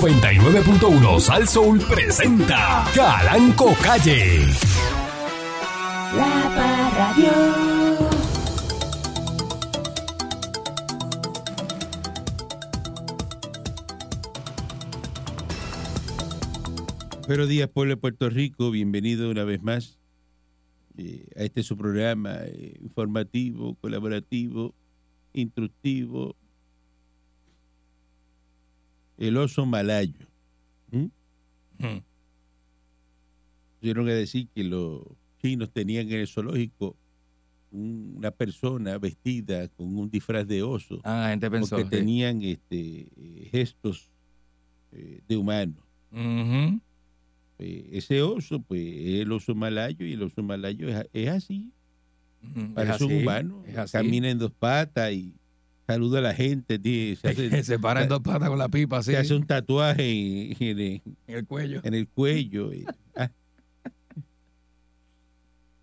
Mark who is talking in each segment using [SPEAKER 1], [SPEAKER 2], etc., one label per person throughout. [SPEAKER 1] 99.1 Sal Soul presenta Calanco Calle.
[SPEAKER 2] La Parradio.
[SPEAKER 3] Buenos días, pueblo de Puerto Rico. Bienvenido una vez más eh, a este su programa eh, informativo, colaborativo, instructivo. El oso malayo. ¿Mm?
[SPEAKER 4] Mm.
[SPEAKER 3] Tuvieron que decir que los chinos tenían en el zoológico un- una persona vestida con un disfraz de oso
[SPEAKER 4] Ah, la gente pensó.
[SPEAKER 3] porque
[SPEAKER 4] sí.
[SPEAKER 3] tenían este, eh, gestos eh, de humano.
[SPEAKER 4] Ujú.
[SPEAKER 3] Eh, ese oso, pues, es el oso malayo y el oso malayo es, a- es así.
[SPEAKER 4] Ujú.
[SPEAKER 3] Parece
[SPEAKER 4] Es
[SPEAKER 3] un
[SPEAKER 4] así,
[SPEAKER 3] humano.
[SPEAKER 4] es así.
[SPEAKER 3] Camina en dos patas y saluda a la gente. tiene- se, hace,
[SPEAKER 4] se para en dos patas con la pipa así
[SPEAKER 3] se hace un tatuaje en, en el,
[SPEAKER 4] en el cuello.
[SPEAKER 3] en el cuello. eh. Ah,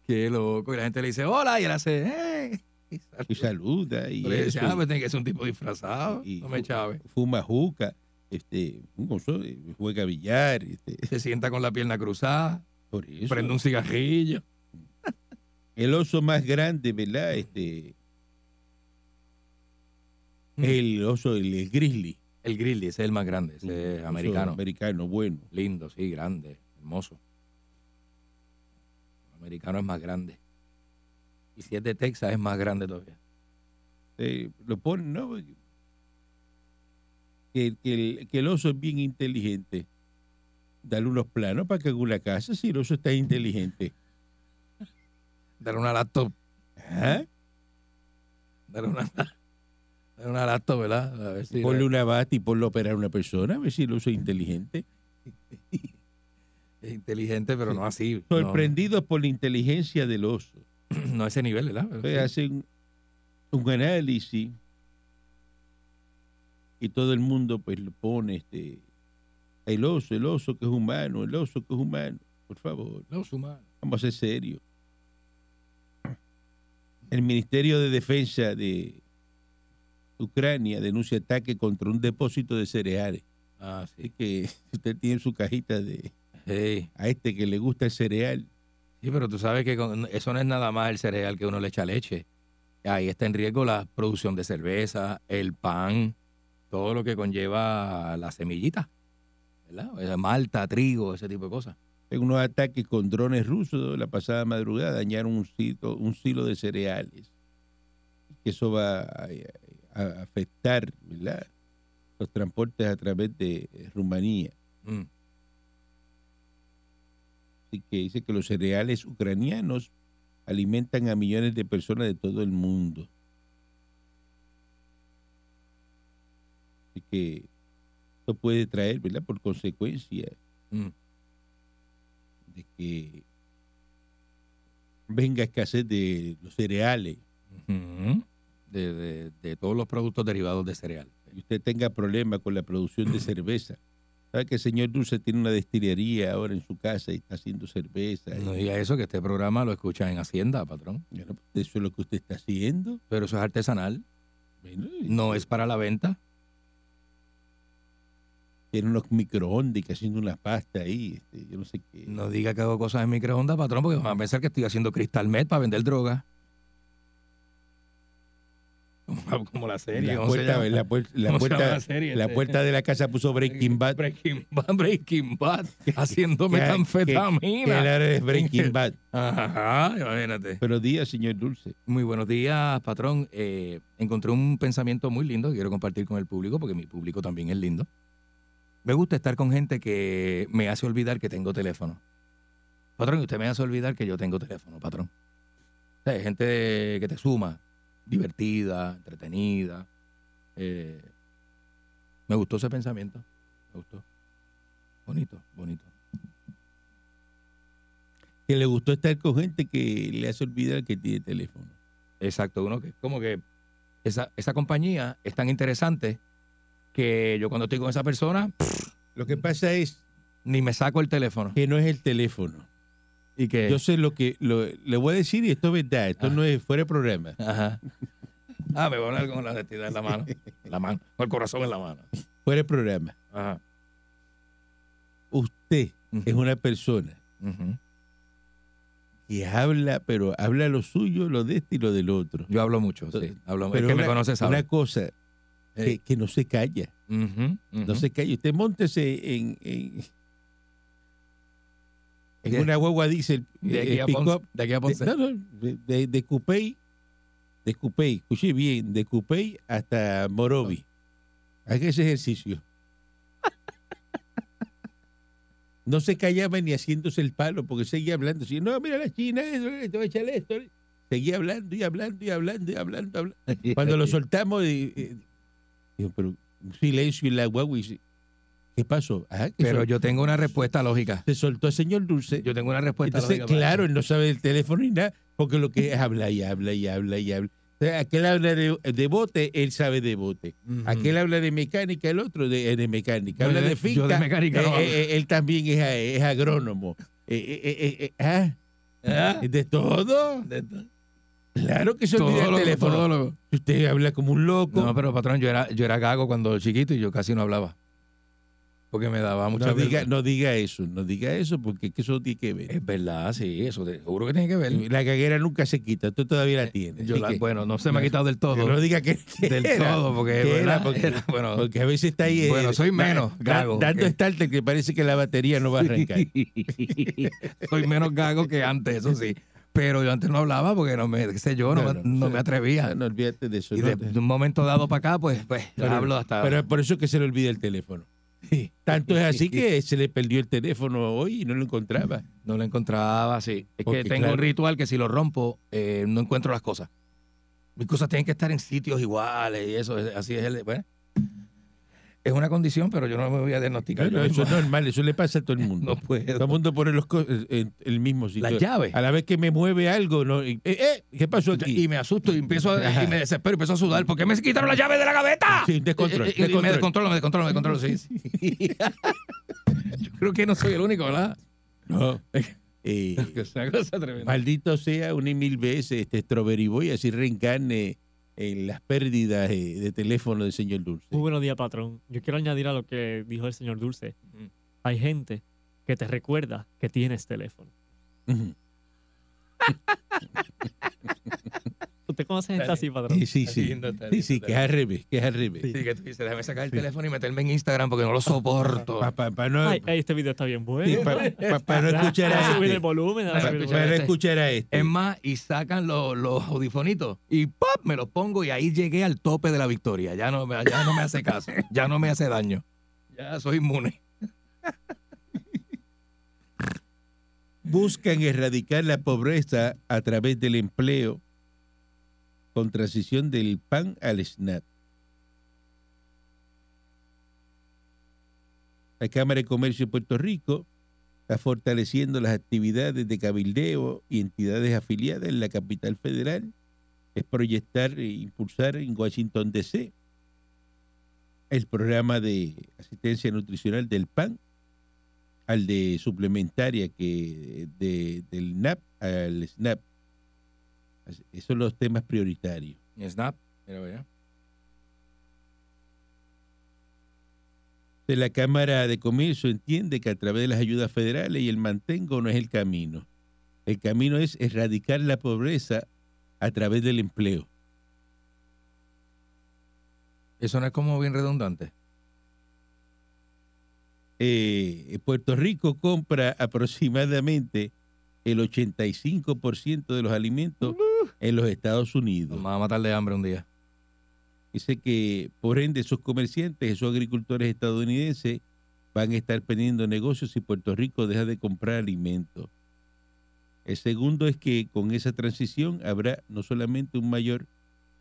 [SPEAKER 4] Qué loco. Y la gente le dice hola y él hace. "Eh". Y sale.
[SPEAKER 3] y saluda. Y
[SPEAKER 4] Pero le dice,
[SPEAKER 3] eso,
[SPEAKER 4] ah, pues tiene que ser un tipo disfrazado.
[SPEAKER 3] y-
[SPEAKER 4] no me chave.
[SPEAKER 3] Fuma juca. Este, un oso, eh, juega billar. Este,
[SPEAKER 4] Se sienta con la pierna cruzada,
[SPEAKER 3] por eso.
[SPEAKER 4] prende un cigarrillo.
[SPEAKER 3] El oso más grande, ¿verdad? Este,
[SPEAKER 4] Mm.
[SPEAKER 3] el oso, el, el grizzly.
[SPEAKER 4] El grizzly, ese es el más grande, ese es
[SPEAKER 3] Oso
[SPEAKER 4] americano.
[SPEAKER 3] Americano, bueno.
[SPEAKER 4] Lindo, sí, grande, hermoso. El americano es más grande. Y si es de Texas, es más grande todavía.
[SPEAKER 3] eh, lo ponen, ¿no? Que, que el, que el oso es bien inteligente. Dale unos planos para que haga una casa si el oso está inteligente.
[SPEAKER 4] Dale una laptop
[SPEAKER 3] Ajá.
[SPEAKER 4] Dale una, dale una laptop, ¿verdad? A ver si
[SPEAKER 3] Ponle una bata y ponlo a operar a una persona, a ver si el oso es inteligente.
[SPEAKER 4] es inteligente, pero no así. no-
[SPEAKER 3] Sorprendidos por la inteligencia del oso.
[SPEAKER 4] No, a ese nivel, ¿verdad? Pero
[SPEAKER 3] Entonces
[SPEAKER 4] sí.
[SPEAKER 3] hacen un análisis y todo el mundo pues le pone este el oso, el oso que es humano, el oso que es humano. Por favor.
[SPEAKER 4] Los humanos.
[SPEAKER 3] Vamos a ser serios. El Ministerio de Defensa de Ucrania denuncia ataque contra un depósito de cereales.
[SPEAKER 4] Ah,
[SPEAKER 3] Así
[SPEAKER 4] sí.
[SPEAKER 3] que si usted tiene su cajita de
[SPEAKER 4] Sí.
[SPEAKER 3] a este que le gusta el cereal,
[SPEAKER 4] Sí, pero tú sabes que con- eso no es nada más el cereal que uno le echa leche. Ahí está en riesgo la producción de cerveza, el pan, todo lo que conlleva la semillita, ¿verdad? Eh, Malta, trigo, ese tipo de cosas.
[SPEAKER 3] en unos ataques con drones rusos la pasada madrugada dañaron un silo, un silo de cereales. Que eso va a, a afectar ¿verdad? los transportes a través de Rumanía.
[SPEAKER 4] Mm.
[SPEAKER 3] Así que dice que los cereales ucranianos alimentan a millones de personas de todo el mundo. Así que esto puede traer, ¿verdad? Por consecuencia
[SPEAKER 4] Mm.
[SPEAKER 3] de que venga escasez de los cereales
[SPEAKER 4] Ujú. de, de- de todos los productos derivados de cereal.
[SPEAKER 3] y usted tenga problemas con la producción de cerveza. ¿Sabe que el señor Dulce tiene una destilería ahora en su casa y está haciendo cerveza?
[SPEAKER 4] No diga eso, que este programa lo escuchan en Hacienda, patrón.
[SPEAKER 3] Bueno, eso es lo que usted está haciendo.
[SPEAKER 4] Pero eso es artesanal,
[SPEAKER 3] Bueno, y-
[SPEAKER 4] no es para la venta.
[SPEAKER 3] tiene unos microondas y que haciendo una pasta ahí, este, yo no sé qué.
[SPEAKER 4] No diga que hago cosas en microondas, patrón, porque van a pensar que estoy haciendo cristal med para vender droga. Como la, como la serie.
[SPEAKER 3] la
[SPEAKER 4] ¿cómo se
[SPEAKER 3] puerta,
[SPEAKER 4] llama?
[SPEAKER 3] la puer- la
[SPEAKER 4] ¿Cómo se llama
[SPEAKER 3] puerta,
[SPEAKER 4] la serie?
[SPEAKER 3] la
[SPEAKER 4] Este-
[SPEAKER 3] puerta de la casa puso Breaking Bad.
[SPEAKER 4] Breaking Bad, Breaking Bad, haciendo
[SPEAKER 3] Que- que- que
[SPEAKER 4] metanfetamina.
[SPEAKER 3] era de Breaking Bad.
[SPEAKER 4] Ajá, imagínate.
[SPEAKER 3] Pero día, señor Dulce.
[SPEAKER 4] Muy buenos días, patrón. Eh, encontré un pensamiento muy lindo que quiero compartir con el público, porque mi público también es lindo. Me gusta estar con gente que me hace olvidar que tengo teléfono. Patrón, y usted me hace olvidar que yo tengo teléfono, patrón. O sea, hay gente que te suma, divertida, entretenida. Eh, me gustó ese pensamiento. Me gustó. Bonito, bonito.
[SPEAKER 3] Que le gustó estar con gente que le hace olvidar que tiene teléfono.
[SPEAKER 4] Exacto, uno que como que esa, esa compañía es tan interesante que yo cuando estoy con esa persona
[SPEAKER 3] Lo que pasa es
[SPEAKER 4] ni me saco el teléfono.
[SPEAKER 3] que no es el teléfono.
[SPEAKER 4] Y que
[SPEAKER 3] Yo sé lo que lo- le voy a decir y esto es verdad, esto
[SPEAKER 4] Ah.
[SPEAKER 3] no es fuera de programa.
[SPEAKER 4] Ajá. Ah, me voy a hablar con la honestidad en la mano. La mano, con el corazón en la mano.
[SPEAKER 3] Fuera de programa.
[SPEAKER 4] Ajá.
[SPEAKER 3] usted
[SPEAKER 4] Ujú.
[SPEAKER 3] es una persona
[SPEAKER 4] Ujú.
[SPEAKER 3] que habla, pero habla lo suyo, lo de este y lo del otro.
[SPEAKER 4] Yo hablo mucho, sí. Hablo,
[SPEAKER 3] Pero
[SPEAKER 4] el que
[SPEAKER 3] una,
[SPEAKER 4] me conoce
[SPEAKER 3] una
[SPEAKER 4] sabe.
[SPEAKER 3] cosa que,
[SPEAKER 4] Eh,
[SPEAKER 3] que no se calla,
[SPEAKER 4] ujú, ujú.
[SPEAKER 3] no se calla. Usted montese en, en, en
[SPEAKER 4] De-
[SPEAKER 3] una guagua diésel,
[SPEAKER 4] de,
[SPEAKER 3] eh,
[SPEAKER 4] aquí a
[SPEAKER 3] pick-up,
[SPEAKER 4] Ponce, de aquí a Ponce.
[SPEAKER 3] de, no, no, de, de- de Coupey, de Coupey, escuche bien, de Coupey hasta Morovi. Haga ese ejercicio. No se callaba ni haciéndose el palo, porque seguía hablando. Decía, no, mira la China, eso, esto, échale esto. Seguía hablando y hablando y hablando y hablando. hablando. Cuando lo soltamos, eh, eh, digo, pero un silencio y la guagua. y dice, ¿Qué pasó? Ah, que
[SPEAKER 4] Pero
[SPEAKER 3] sol-
[SPEAKER 4] yo tengo una respuesta lógica.
[SPEAKER 3] se soltó a señor Dulce.
[SPEAKER 4] Yo tengo una respuesta
[SPEAKER 3] Entonces,
[SPEAKER 4] lógica. para
[SPEAKER 3] claro,
[SPEAKER 4] eso.
[SPEAKER 3] él no sabe del teléfono ni nada, porque lo que es habla y habla y habla y habla. O sea, aquel habla de, de bote, él sabe de bote.
[SPEAKER 4] Ujú.
[SPEAKER 3] Aquel habla de mecánica, el otro de, de mecánica.
[SPEAKER 4] No,
[SPEAKER 3] Habla
[SPEAKER 4] yo de-
[SPEAKER 3] de finca.
[SPEAKER 4] yo de mecánica
[SPEAKER 3] eh,
[SPEAKER 4] no hablo.
[SPEAKER 3] eh, eh, él también es, a- es agrónomo. Eh, eh, eh, eh, eh, ah,
[SPEAKER 4] Ah,
[SPEAKER 3] ¿De todo?
[SPEAKER 4] de- de-
[SPEAKER 3] Claro que se olvida
[SPEAKER 4] Todo
[SPEAKER 3] el
[SPEAKER 4] lo,
[SPEAKER 3] teléfono.
[SPEAKER 4] todo lo-
[SPEAKER 3] Usted habla como un loco.
[SPEAKER 4] No, pero patrón, yo era, yo era gago cuando chiquito y yo casi no hablaba. Porque me daba mucha
[SPEAKER 3] No diga,
[SPEAKER 4] vergüenza.
[SPEAKER 3] no diga eso, no diga eso, porque es que eso tiene que ver.
[SPEAKER 4] Es verdad, sí, eso te- seguro que tiene que ver.
[SPEAKER 3] La caguera nunca se quita, tú todavía la tienes.
[SPEAKER 4] Eh, Yo
[SPEAKER 3] Así
[SPEAKER 4] la-
[SPEAKER 3] que-
[SPEAKER 4] bueno, no se me ha
[SPEAKER 3] no,
[SPEAKER 4] quitado del
[SPEAKER 3] que
[SPEAKER 4] todo.
[SPEAKER 3] no diga que, que
[SPEAKER 4] del
[SPEAKER 3] era.
[SPEAKER 4] todo, porque,
[SPEAKER 3] que
[SPEAKER 4] ¿verdad?
[SPEAKER 3] era, porque-
[SPEAKER 4] Era, bueno,
[SPEAKER 3] Porque a veces está ahí. eh,
[SPEAKER 4] Bueno, soy
[SPEAKER 3] da-
[SPEAKER 4] menos
[SPEAKER 3] da-
[SPEAKER 4] gago,
[SPEAKER 3] Dando
[SPEAKER 4] que-
[SPEAKER 3] starter que parece que la batería no va a arrancar.
[SPEAKER 4] soy menos gago que antes, eso sí. Pero yo antes no hablaba porque no me, qué sé yo, no,
[SPEAKER 3] No,
[SPEAKER 4] me,
[SPEAKER 3] no,
[SPEAKER 4] no
[SPEAKER 3] sí.
[SPEAKER 4] me atrevía.
[SPEAKER 3] Ah, no olvídate de eso.
[SPEAKER 4] y
[SPEAKER 3] ¿no?
[SPEAKER 4] de, de un momento dado para acá, pues, pues hablo hasta.
[SPEAKER 3] Pero por eso es que se le olvida el teléfono. Tanto es así que se le perdió el teléfono hoy y no lo encontraba.
[SPEAKER 4] no lo encontraba, sí. Es
[SPEAKER 3] Porque,
[SPEAKER 4] que tengo un
[SPEAKER 3] claro.
[SPEAKER 4] ritual que si lo rompo, eh, no encuentro las cosas. Mis cosas tienen que estar en sitios iguales y eso, es- así es el. bueno. es una condición, pero yo no me voy a diagnosticar.
[SPEAKER 3] Bueno,
[SPEAKER 4] yo
[SPEAKER 3] eso
[SPEAKER 4] mismo.
[SPEAKER 3] es normal, eso le pasa a todo el mundo.
[SPEAKER 4] No puedo.
[SPEAKER 3] Todo el mundo pone los co- en el mismo sitio.
[SPEAKER 4] Las llaves.
[SPEAKER 3] A la vez que me mueve algo, no, eh, eh, ¿qué pasó aquí?
[SPEAKER 4] Y me asusto y empiezo a,
[SPEAKER 3] Ajá.
[SPEAKER 4] y me desespero y empiezo a sudar. ¿Por qué me quitaron la llave de la gaveta? Eh,
[SPEAKER 3] Sí, descontrol,
[SPEAKER 4] Ah, Y- y- y me
[SPEAKER 3] descontrol.
[SPEAKER 4] descontrolo, me descontrolo, me descontrolo. Sí, sí. Yo creo que no soy el único, ¿verdad?
[SPEAKER 3] No. Eh,
[SPEAKER 4] Que es una cosa tremenda.
[SPEAKER 3] Maldito sea un y mil veces este Strawberry Boy, así reencarne en las pérdidas eh, de teléfono del señor Dulce.
[SPEAKER 5] Muy buenos días, patrón. Yo quiero añadir a lo que dijo el señor Dulce.
[SPEAKER 4] Mm.
[SPEAKER 5] Hay gente que te recuerda que tienes teléfono.
[SPEAKER 3] Ujú.
[SPEAKER 5] ¿Usted conoce gente
[SPEAKER 4] Está
[SPEAKER 5] así, patrón?
[SPEAKER 3] Sí, sí,
[SPEAKER 4] Está
[SPEAKER 3] sí.
[SPEAKER 4] lindo, está
[SPEAKER 3] Sí,
[SPEAKER 4] lindo,
[SPEAKER 3] sí,
[SPEAKER 4] está
[SPEAKER 3] que es al revés, que es al revés.
[SPEAKER 4] Sí, que tú dices, déjame sacar el teléfono y meterme en Instagram porque no lo soporto.
[SPEAKER 3] Para no,
[SPEAKER 5] Ay, ay, este video está bien bueno.
[SPEAKER 3] sí, pa- pa- pa no
[SPEAKER 5] Dale a
[SPEAKER 3] escuchar a
[SPEAKER 5] subir el
[SPEAKER 3] este.
[SPEAKER 5] volumen. dale a
[SPEAKER 3] Pa-
[SPEAKER 5] subir el
[SPEAKER 3] pa-
[SPEAKER 5] volumen.
[SPEAKER 3] Para no escuchar a este.
[SPEAKER 4] Es más, y sacan los, los audifonitos y ¡pop! me los pongo y ahí llegué al tope de la victoria. Ya no, me- ya no me hace caso, ya no me hace daño. Ya soy inmune.
[SPEAKER 3] Buscan erradicar la pobreza a través del empleo con transición del pan al SNAP. La Cámara de Comercio de Puerto Rico está fortaleciendo las actividades de cabildeo y entidades afiliadas en la capital federal. Es proyectar e impulsar en Washington, D.C. el programa de asistencia nutricional del PAN al de suplementaria que de- del NAP al SNAP. Así- Esos son los temas prioritarios.
[SPEAKER 4] Snap, mira, mira.
[SPEAKER 3] de la Cámara de Comercio entiende que a través de las ayudas federales y el mantengo no es el camino. El camino es erradicar la pobreza a través del empleo.
[SPEAKER 4] Eso no es como bien redundante.
[SPEAKER 3] Eh, Puerto Rico compra aproximadamente el 85% de los alimentos en los Estados Unidos.
[SPEAKER 4] Nos va a matar de hambre un día.
[SPEAKER 3] Dice que, por ende, esos comerciantes, esos agricultores estadounidenses van a estar perdiendo negocios si Puerto Rico deja de comprar alimentos. El segundo es que con esa transición habrá no solamente un mayor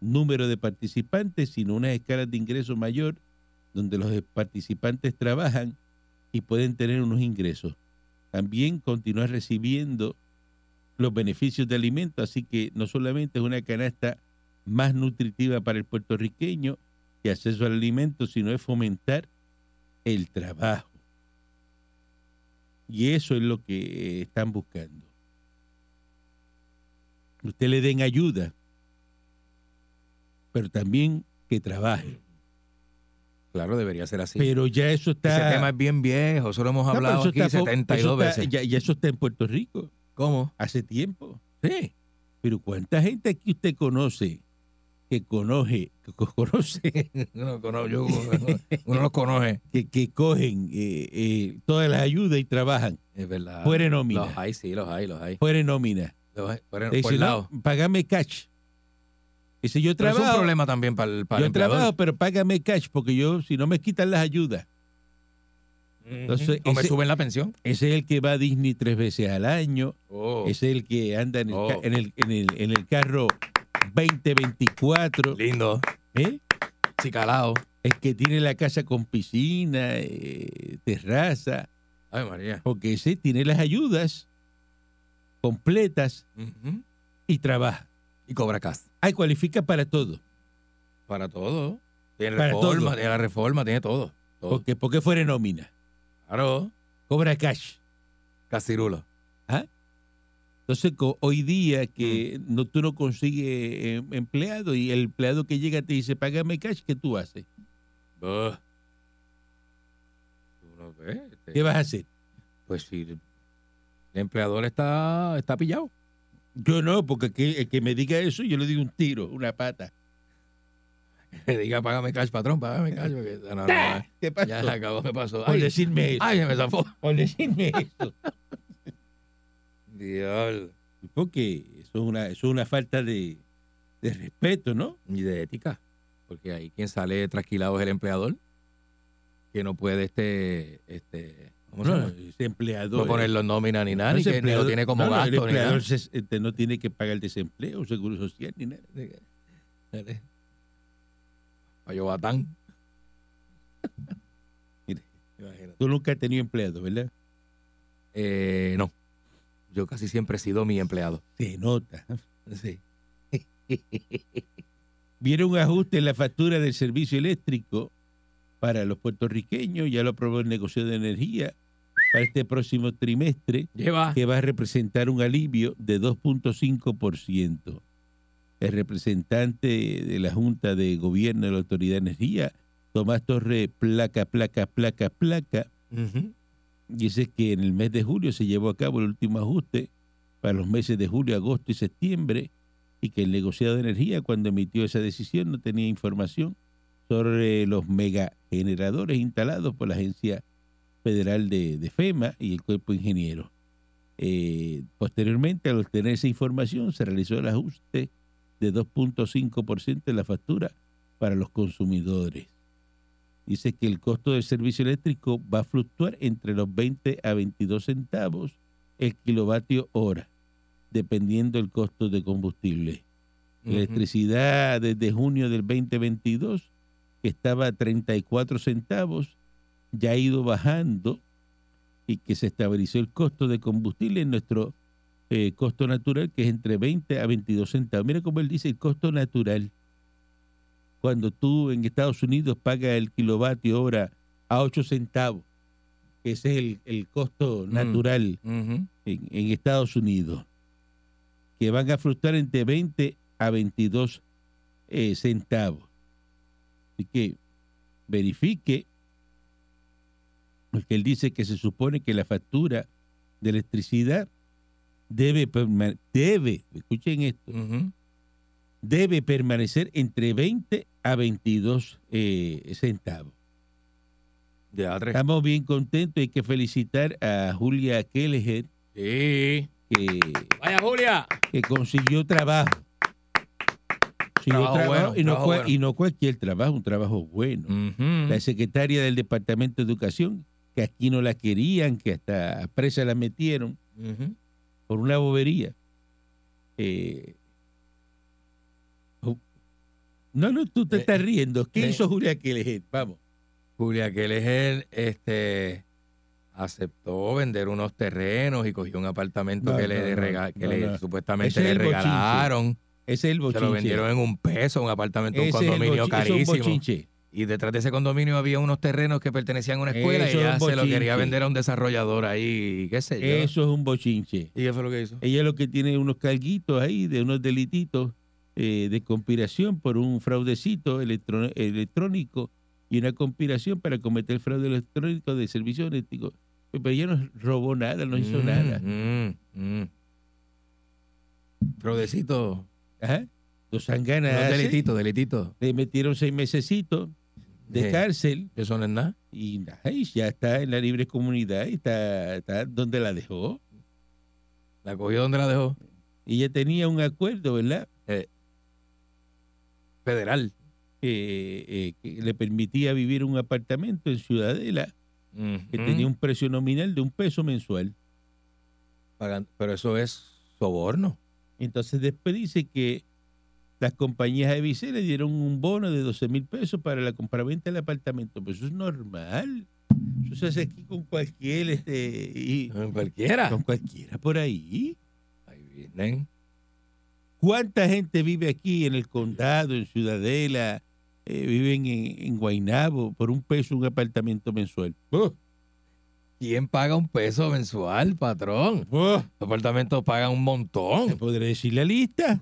[SPEAKER 3] número de participantes, sino unas escalas de ingreso mayor donde los participantes trabajan y pueden tener unos ingresos. También continuar recibiendo los beneficios de alimentos, así que no solamente es una canasta más nutritiva para el puertorriqueño y acceso al alimento, sino es fomentar el trabajo. Y eso es lo que eh, están buscando. Usted le den ayuda, pero también que trabaje.
[SPEAKER 4] Claro, debería ser así.
[SPEAKER 3] Pero ya eso está.
[SPEAKER 4] Ese tema es bien viejo, solo hemos
[SPEAKER 3] No, pero
[SPEAKER 4] hablado
[SPEAKER 3] eso
[SPEAKER 4] aquí
[SPEAKER 3] está po-
[SPEAKER 4] 72
[SPEAKER 3] eso está-
[SPEAKER 4] veces.
[SPEAKER 3] ya, ya eso está en Puerto Rico,
[SPEAKER 4] ¿Cómo?
[SPEAKER 3] hace tiempo.
[SPEAKER 4] Sí.
[SPEAKER 3] Pero ¿cuánta gente aquí usted conoce que conoce, que co- conoce,
[SPEAKER 4] Uno, cono- yo- uno los conoce.
[SPEAKER 3] que, que cogen eh, eh, todas las ayudas y trabajan?
[SPEAKER 4] Es verdad.
[SPEAKER 3] Fuere nómina.
[SPEAKER 4] Ah, Los hay, sí, los hay, los hay.
[SPEAKER 3] Fuera en nómina.
[SPEAKER 4] Los hay. Por,
[SPEAKER 3] Le
[SPEAKER 4] por
[SPEAKER 3] dice,
[SPEAKER 4] lado.
[SPEAKER 3] no, págame cash. Dice, yo
[SPEAKER 4] Pero es un
[SPEAKER 3] trabajo,
[SPEAKER 4] problema también para el, para el
[SPEAKER 3] yo
[SPEAKER 4] empleador.
[SPEAKER 3] trabajo, pero págame cash porque yo, si no me quitan las ayudas. Entonces,
[SPEAKER 4] o me
[SPEAKER 3] ese-
[SPEAKER 4] suben la pensión.
[SPEAKER 3] Ese es el que va a Disney tres veces al año.
[SPEAKER 4] Es
[SPEAKER 3] Ese es el que anda en el, ca-
[SPEAKER 4] Oh.
[SPEAKER 3] en el, en el- en el carro 2024.
[SPEAKER 4] lindo.
[SPEAKER 3] ¿eh?
[SPEAKER 4] Chicalao.
[SPEAKER 3] Es que tiene la casa con piscina, eh, terraza,
[SPEAKER 4] Ay, María.
[SPEAKER 3] porque ese tiene las ayudas completas
[SPEAKER 4] Ujú.
[SPEAKER 3] y trabaja.
[SPEAKER 4] Y cobra casa.
[SPEAKER 3] Ahí cualifica para todo.
[SPEAKER 4] Para todo. Tiene
[SPEAKER 3] Para
[SPEAKER 4] reforma,
[SPEAKER 3] todo.
[SPEAKER 4] tiene la reforma, tiene todo. todo.
[SPEAKER 3] Porque, porque fuera nómina.
[SPEAKER 4] Claro.
[SPEAKER 3] Cobra cash.
[SPEAKER 4] Casirulo.
[SPEAKER 3] Entonces, co- hoy día que
[SPEAKER 4] Mm.
[SPEAKER 3] no, tú no consigues eh, empleado y el empleado que llega te dice, págame cash, ¿qué tú haces?
[SPEAKER 4] Buh. Tú no ves, este,
[SPEAKER 3] ¿Qué vas a hacer?
[SPEAKER 4] Pues si el empleador está, está pillado.
[SPEAKER 3] Yo no, porque aquel- el que me diga eso, yo le digo un tiro, una pata.
[SPEAKER 4] Que diga, págame cash, patrón, págame cash. porque- no, no, no, ya
[SPEAKER 3] ¿Qué pasó?
[SPEAKER 4] se acabó, me pasó.
[SPEAKER 3] Por
[SPEAKER 4] Ay,
[SPEAKER 3] decirme eso.
[SPEAKER 4] ay, se me zafó.
[SPEAKER 3] Por decirme eso.
[SPEAKER 4] Dios.
[SPEAKER 3] Porque eso es una, eso es una falta de, de respeto, ¿no?
[SPEAKER 4] Y de ética. Porque ahí quien sale trasquilado es el empleador. Que no puede este, este, ¿cómo se
[SPEAKER 3] No,
[SPEAKER 4] llama?
[SPEAKER 3] ese empleador.
[SPEAKER 4] no poner los nóminas ni nada, ni
[SPEAKER 3] ese
[SPEAKER 4] que ni lo
[SPEAKER 3] empleador-
[SPEAKER 4] tiene como
[SPEAKER 3] no, no,
[SPEAKER 4] gasto,
[SPEAKER 3] El
[SPEAKER 4] ni nada.
[SPEAKER 3] empleador se- este, no tiene que pagar el desempleo, seguro social, ni nada.
[SPEAKER 4] Payo Batán.
[SPEAKER 3] Mire.
[SPEAKER 4] Imagínate.
[SPEAKER 3] Tú nunca has tenido empleado, ¿verdad?
[SPEAKER 4] Eh, no. Yo casi siempre he sido mi empleado.
[SPEAKER 3] Se nota.
[SPEAKER 4] Sí.
[SPEAKER 3] Viene un ajuste en la factura del servicio eléctrico para los puertorriqueños, ya lo aprobó el negocio de energía para este próximo trimestre.
[SPEAKER 4] Lleva.
[SPEAKER 3] que va a representar un alivio de 2.5%. El representante de la Junta de Gobierno de la Autoridad de Energía, Tomás Torre, placa, placa, placa, placa,
[SPEAKER 4] Ujú.
[SPEAKER 3] dice que en el mes de julio se llevó a cabo el último ajuste para los meses de julio, agosto y septiembre y que el negociado de energía cuando emitió esa decisión no tenía información sobre los megageneradores instalados por la Agencia Federal de, de FEMA y el Cuerpo Ingeniero. Eh, posteriormente, al obtener esa información, se realizó el ajuste de 2.5% en la factura para los consumidores. Dice que el costo del servicio eléctrico va a fluctuar entre los 20 a 22 centavos el kilovatio hora, dependiendo del costo de combustible. La electricidad desde junio del 2022, que estaba a 34 centavos, ya ha ido bajando y que se estabilizó el costo de combustible en nuestro eh, costo natural, que es entre 20 a 22 centavos. Mira cómo él dice el costo natural. Cuando tú en Estados Unidos pagas el kilovatio hora a 8 centavos, que ese es el, el costo
[SPEAKER 4] Mm.
[SPEAKER 3] natural
[SPEAKER 4] Ujú.
[SPEAKER 3] en, en Estados Unidos, que van a fluctuar entre 20 a 22 eh, centavos. Así que verifique, porque él dice que se supone que la factura de electricidad debe, perma- debe escuchen esto,
[SPEAKER 4] Ujú.
[SPEAKER 3] debe permanecer entre 20 a 22 eh, centavos.
[SPEAKER 4] De A3.
[SPEAKER 3] Estamos bien contentos, hay que felicitar a Julia Kelleher,
[SPEAKER 4] Sí.
[SPEAKER 3] que
[SPEAKER 4] Vaya, Julia.
[SPEAKER 3] que consiguió trabajo. Consiguió
[SPEAKER 4] Trabajo
[SPEAKER 3] trabajo,
[SPEAKER 4] bueno,
[SPEAKER 3] y, no
[SPEAKER 4] trabajo
[SPEAKER 3] cual-
[SPEAKER 4] bueno.
[SPEAKER 3] y no cualquier trabajo, un trabajo bueno.
[SPEAKER 4] Ujú.
[SPEAKER 3] La secretaria del Departamento de Educación, que aquí no la querían, que hasta presa la metieron
[SPEAKER 4] Ujú.
[SPEAKER 3] por una bobería. Eh, oh, no, no, tú te
[SPEAKER 4] Eh,
[SPEAKER 3] estás riendo. ¿Qué
[SPEAKER 4] eh.
[SPEAKER 3] hizo Julia Kelegel? Vamos.
[SPEAKER 4] Julia Keller este, aceptó vender unos terrenos y cogió un apartamento
[SPEAKER 3] No,
[SPEAKER 4] que
[SPEAKER 3] no, no,
[SPEAKER 4] le, rega- que
[SPEAKER 3] no,
[SPEAKER 4] le-
[SPEAKER 3] no.
[SPEAKER 4] supuestamente
[SPEAKER 3] Ese es
[SPEAKER 4] le
[SPEAKER 3] el bochinche.
[SPEAKER 4] regalaron.
[SPEAKER 3] Ese es el
[SPEAKER 4] Se
[SPEAKER 3] bochinche.
[SPEAKER 4] lo vendieron en un peso, un apartamento,
[SPEAKER 3] Ese
[SPEAKER 4] un
[SPEAKER 3] es el bochi-
[SPEAKER 4] condominio
[SPEAKER 3] eso es un
[SPEAKER 4] carísimo.
[SPEAKER 3] bochinche.
[SPEAKER 4] Y detrás de ese condominio había unos terrenos que pertenecían a una escuela
[SPEAKER 3] Eso
[SPEAKER 4] y
[SPEAKER 3] es
[SPEAKER 4] ella
[SPEAKER 3] un
[SPEAKER 4] se lo quería
[SPEAKER 3] bochinche.
[SPEAKER 4] vender a un desarrollador ahí, qué sé yo.
[SPEAKER 3] Eso es un bochinche.
[SPEAKER 4] ¿Y qué fue lo que hizo?
[SPEAKER 3] Ella lo que tiene unos carguitos ahí de unos delititos eh, de conspiración por un fraudecito electro- electrónico y una conspiración para cometer fraude electrónico de servicio eléctrico. Pero ella no robó nada, no hizo
[SPEAKER 4] Mm,
[SPEAKER 3] nada.
[SPEAKER 4] mm, mm. Fraudecito.
[SPEAKER 3] Ajá. Los
[SPEAKER 4] No,
[SPEAKER 3] sanganas hacen,
[SPEAKER 4] delitito, delitito.
[SPEAKER 3] le metieron seis mesecitos de
[SPEAKER 4] Eh,
[SPEAKER 3] cárcel
[SPEAKER 4] Eso no es nada.
[SPEAKER 3] y nada, y ya está en la libre comunidad y está, está donde la dejó.
[SPEAKER 4] La cogió donde la dejó.
[SPEAKER 3] Y ella tenía un acuerdo, ¿verdad?
[SPEAKER 4] Federal.
[SPEAKER 3] Que, eh, que le permitía vivir en un apartamento en Ciudadela que
[SPEAKER 4] Ujú.
[SPEAKER 3] tenía un precio nominal de un peso mensual.
[SPEAKER 4] Pagan- Pero eso es soborno.
[SPEAKER 3] Entonces después dice que las compañías de Vice le dieron un bono de 12 mil pesos para la compraventa del apartamento. Pues eso es normal. Eso se hace aquí con cualquier, este, y
[SPEAKER 4] Eh, Cualquiera.
[SPEAKER 3] con cualquiera por ahí.
[SPEAKER 4] Ahí vienen.
[SPEAKER 3] ¿Cuánta gente vive aquí en el condado, en Ciudadela? eh, viven en, en Guaynabo por un peso un apartamento mensual.
[SPEAKER 4] Uh. ¿Quién paga un peso mensual, patrón? Los apartamentos pagan un
[SPEAKER 3] Te
[SPEAKER 4] montón.
[SPEAKER 3] podré decir la lista.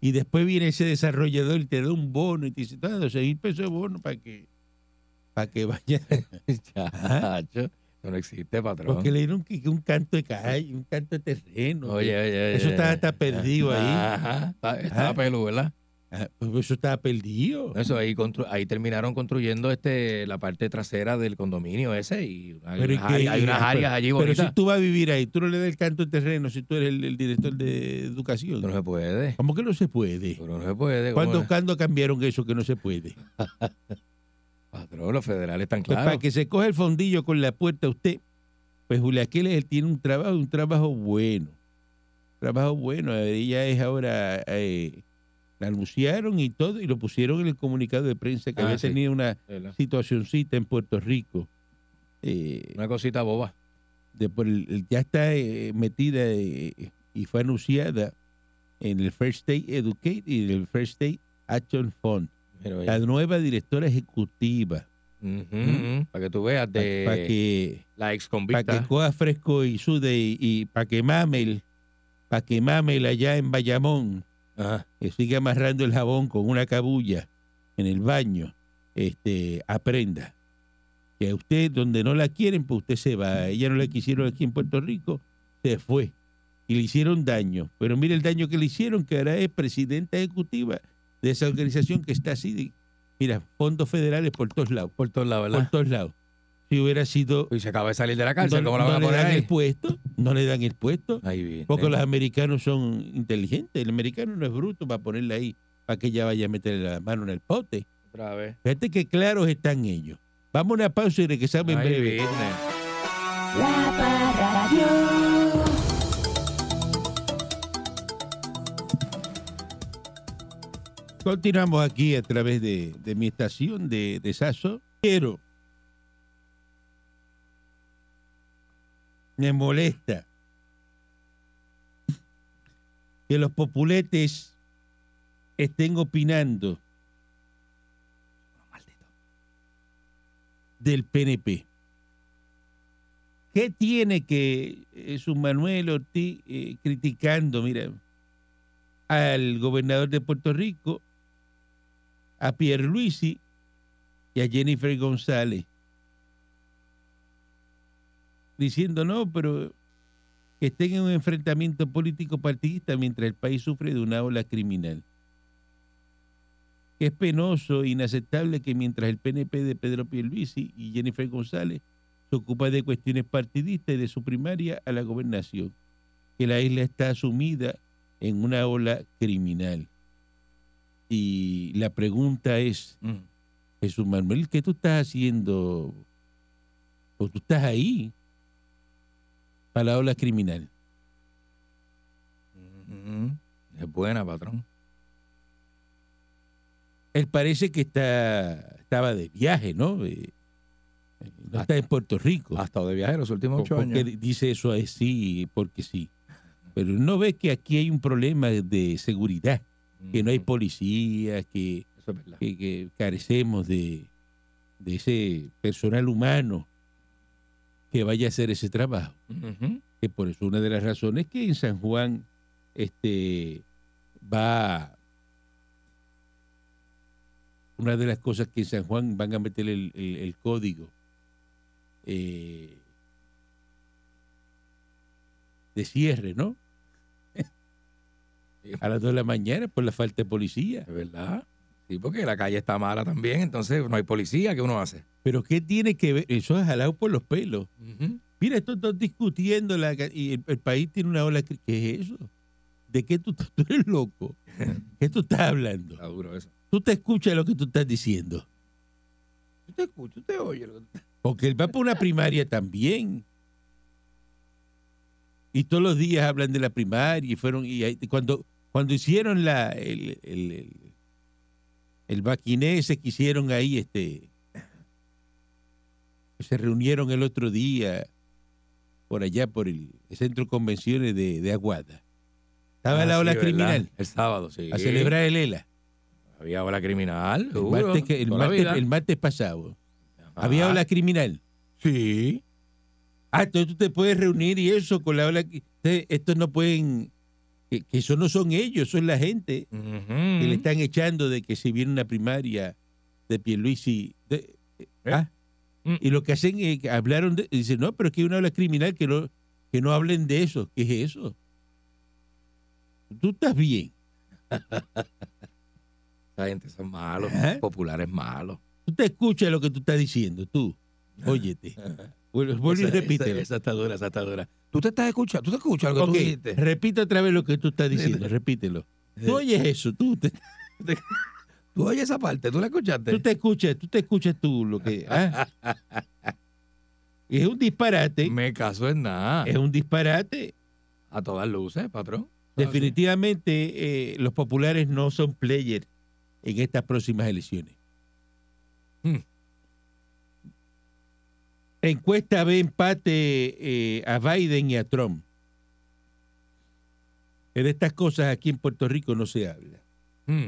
[SPEAKER 3] Y después viene ese desarrollador y te da un bono y te dice, "Toma, 12 mil pesos de bono para que, para que vayas
[SPEAKER 4] Chacho, eso no existe, patrón.
[SPEAKER 3] Porque le dieron que- que un canto de calle, un canto de terreno.
[SPEAKER 4] Oye, eh, ah. oye,
[SPEAKER 3] Eso
[SPEAKER 4] oye.
[SPEAKER 3] está- está perdido ahí.
[SPEAKER 4] Ajá, está, estaba
[SPEAKER 3] Ajá.
[SPEAKER 4] peludo, ¿verdad?
[SPEAKER 3] Ah, pues Eso estaba perdido.
[SPEAKER 4] Eso ahí, constru- ahí terminaron construyendo este la parte trasera del condominio ese y hay,
[SPEAKER 3] Pero ¿y
[SPEAKER 4] unas
[SPEAKER 3] qué?
[SPEAKER 4] áreas- hay unas
[SPEAKER 3] Pero-
[SPEAKER 4] áreas allí
[SPEAKER 3] Pero
[SPEAKER 4] bonitas.
[SPEAKER 3] si tú vas a vivir ahí, tú no le das el canto de terreno si tú eres el, el director de educación.
[SPEAKER 4] Eso no se puede.
[SPEAKER 3] ¿Cómo que no se puede?
[SPEAKER 4] Pero no se puede. ¿cómo
[SPEAKER 3] ¿Cuándo,
[SPEAKER 4] es?
[SPEAKER 3] cuándo cambiaron eso que no se puede?
[SPEAKER 4] Patrón, los federales están
[SPEAKER 3] Pues
[SPEAKER 4] claros.
[SPEAKER 3] para que se coja el fondillo con la puerta usted, pues Juliaqueles él tiene un trabajo, un trabajo bueno. Trabajo bueno. Ella es ahora, eh, la anunciaron y todo, y lo pusieron en el comunicado de prensa que
[SPEAKER 4] Ah,
[SPEAKER 3] había
[SPEAKER 4] sí.
[SPEAKER 3] tenido una
[SPEAKER 4] ¿Verdad?
[SPEAKER 3] situacioncita en Puerto Rico. eh,
[SPEAKER 4] Una cosita boba.
[SPEAKER 3] de por el- el- ya está eh, metida eh, y fue anunciada en el First State Educate y en el First State Action Fund.
[SPEAKER 4] Pero,
[SPEAKER 3] La nueva directora ejecutiva.
[SPEAKER 4] Ujú, ujú, Para que tú veas
[SPEAKER 3] Para
[SPEAKER 4] de
[SPEAKER 3] que
[SPEAKER 4] la ex
[SPEAKER 3] para
[SPEAKER 4] convicta.
[SPEAKER 3] que coja fresco y sude y, para que mame el, para que mame el allá en Bayamón,
[SPEAKER 4] Ajá.
[SPEAKER 3] que sigue amarrando el jabón con una cabulla en el baño, este, aprenda. Que a usted, donde no la quieren, pues usted se va. Ella no la quisieron aquí en Puerto Rico, se fue. Y le hicieron daño. Pero mire el daño que le hicieron, que ahora es presidenta ejecutiva de esa organización que está así. de- mira, fondos federales por todos lados.
[SPEAKER 4] Por todos lados,
[SPEAKER 3] Por
[SPEAKER 4] ¿verdad?
[SPEAKER 3] todos lados. Si hubiera sido
[SPEAKER 4] Y se acaba de salir de la cárcel.
[SPEAKER 3] no,
[SPEAKER 4] ¿Cómo la van a
[SPEAKER 3] no le
[SPEAKER 4] poner
[SPEAKER 3] dan el
[SPEAKER 4] ahí?
[SPEAKER 3] puesto, no le dan el puesto,
[SPEAKER 4] Ahí viene.
[SPEAKER 3] porque los americanos son inteligentes, el americano no es bruto para ponerle ahí, para que ella vaya a meterle la mano en el pote.
[SPEAKER 4] Otra vez.
[SPEAKER 3] Fíjate que claros están ellos. Vamos a una pausa y regresamos en
[SPEAKER 4] Ahí
[SPEAKER 3] breve.
[SPEAKER 4] viene.
[SPEAKER 2] La Parra Radio.
[SPEAKER 3] Continuamos aquí a través de, de mi estación de, de Sasso. Pero me molesta que los populetes estén opinando del PNP. ¿Qué tiene que eh, su Manuel Ortiz eh, criticando, mira, al gobernador de Puerto Rico a Pierluisi y a Jennifer González. Diciendo no, pero que estén en un enfrentamiento político partidista mientras el país sufre de una ola criminal. Que es penoso e inaceptable que mientras el PNP de Pedro Pierluisi y Jennifer González se ocupa de cuestiones partidistas y de su primaria a la gobernación, que la isla está sumida en una ola criminal. Y la pregunta es,
[SPEAKER 4] Mm.
[SPEAKER 3] Jesús Manuel, ¿qué tú estás haciendo? Pues tú estás ahí para la ola criminal.
[SPEAKER 4] Ujú. mm, Es buena, patrón.
[SPEAKER 3] Él parece que está estaba de viaje, ¿no? Eh, eh, no está en Puerto Rico.
[SPEAKER 4] Ha estado de viaje los últimos ocho
[SPEAKER 3] Pues porque
[SPEAKER 4] años.
[SPEAKER 3] dice eso así, porque sí. Pero no ve que aquí hay un problema de seguridad, que no hay
[SPEAKER 4] Ujú.
[SPEAKER 3] policía, que,
[SPEAKER 4] Mm, Eso es verdad.
[SPEAKER 3] que, que carecemos de, de ese personal humano que vaya a hacer ese trabajo.
[SPEAKER 4] Ujú.
[SPEAKER 3] que por eso una de las razones que en San Juan este va una de las cosas que en San Juan van a meter el, el- el código eh, de cierre, ¿no? A las 2 de la mañana por la falta de policía.
[SPEAKER 4] ¿De verdad? Sí, porque la calle está mala también, entonces no hay policía, ¿qué uno hace?
[SPEAKER 3] Pero ¿qué tiene que ver? Eso es jalado por los pelos. Mira, estos dos discutiendo la ca- y el, el país tiene una ola. cri- ¿Qué es eso? ¿De qué tú, tú eres loco? ¿Qué tú estás hablando?
[SPEAKER 4] Está duro eso.
[SPEAKER 3] Tú te escuchas lo que tú estás diciendo.
[SPEAKER 4] Yo te escucho, te oye.
[SPEAKER 3] Porque él va por una primaria también. Y todos los días hablan de la primaria y fueron y ahí- cuando cuando hicieron la el el, el, el vaquiné ese que hicieron ahí este que se reunieron el otro día por allá por el, centro de convenciones de, de Aguada. Estaba la ola criminal
[SPEAKER 4] Ah, El sábado, sí.
[SPEAKER 3] a celebrar el ELA.
[SPEAKER 4] Había ola criminal.
[SPEAKER 3] El
[SPEAKER 4] seguro,
[SPEAKER 3] martes, que- el
[SPEAKER 4] toda la
[SPEAKER 3] martes-
[SPEAKER 4] vida.
[SPEAKER 3] el martes pasado. Había
[SPEAKER 4] Ah,
[SPEAKER 3] ola criminal. Sí. Ah, entonces tú te puedes reunir y eso con la ola. que- te- Estos no pueden. Que, que eso no son ellos, son la gente
[SPEAKER 4] ujú.
[SPEAKER 3] que le están echando de que si viene una primaria de Pierluisi. de- eh,
[SPEAKER 4] ¿Eh?
[SPEAKER 3] ah,
[SPEAKER 4] Mm.
[SPEAKER 3] Y lo que hacen es que hablaron de. y Dicen, no, pero es que hay una ola criminal que no, que no hablen de eso. ¿Qué es eso? Tú estás bien.
[SPEAKER 4] Esa gente son malos,
[SPEAKER 3] Ajá.
[SPEAKER 4] populares malos.
[SPEAKER 3] Tú te escuchas lo que tú estás diciendo, tú. Óyete. Vuelve vuelve y
[SPEAKER 4] Ah. Esa-
[SPEAKER 3] repítelo.
[SPEAKER 4] Esa, esa está dura, esa está dura. ¿Tú te estás escuchando? ¿Tú te escuchas lo que
[SPEAKER 3] Ok,
[SPEAKER 4] tú dijiste?
[SPEAKER 3] repite otra vez lo que tú estás diciendo,
[SPEAKER 4] Dime.
[SPEAKER 3] repítelo. Tú oyes eso, tú te,
[SPEAKER 4] ¿Tú oyes esa parte? ¿Tú la escuchaste?
[SPEAKER 3] tú te escuchas, tú te escuchas tú lo que... ah. Es un disparate,
[SPEAKER 4] Me Ah, caso en nada.
[SPEAKER 3] es un disparate.
[SPEAKER 4] A todas luces, patrón.
[SPEAKER 3] Definitivamente eh, los populares no son players en estas próximas elecciones.
[SPEAKER 4] Hmm.
[SPEAKER 3] Encuesta ve empate eh, a Biden y a Trump. Pero estas cosas aquí en Puerto Rico no se habla.
[SPEAKER 4] Mm.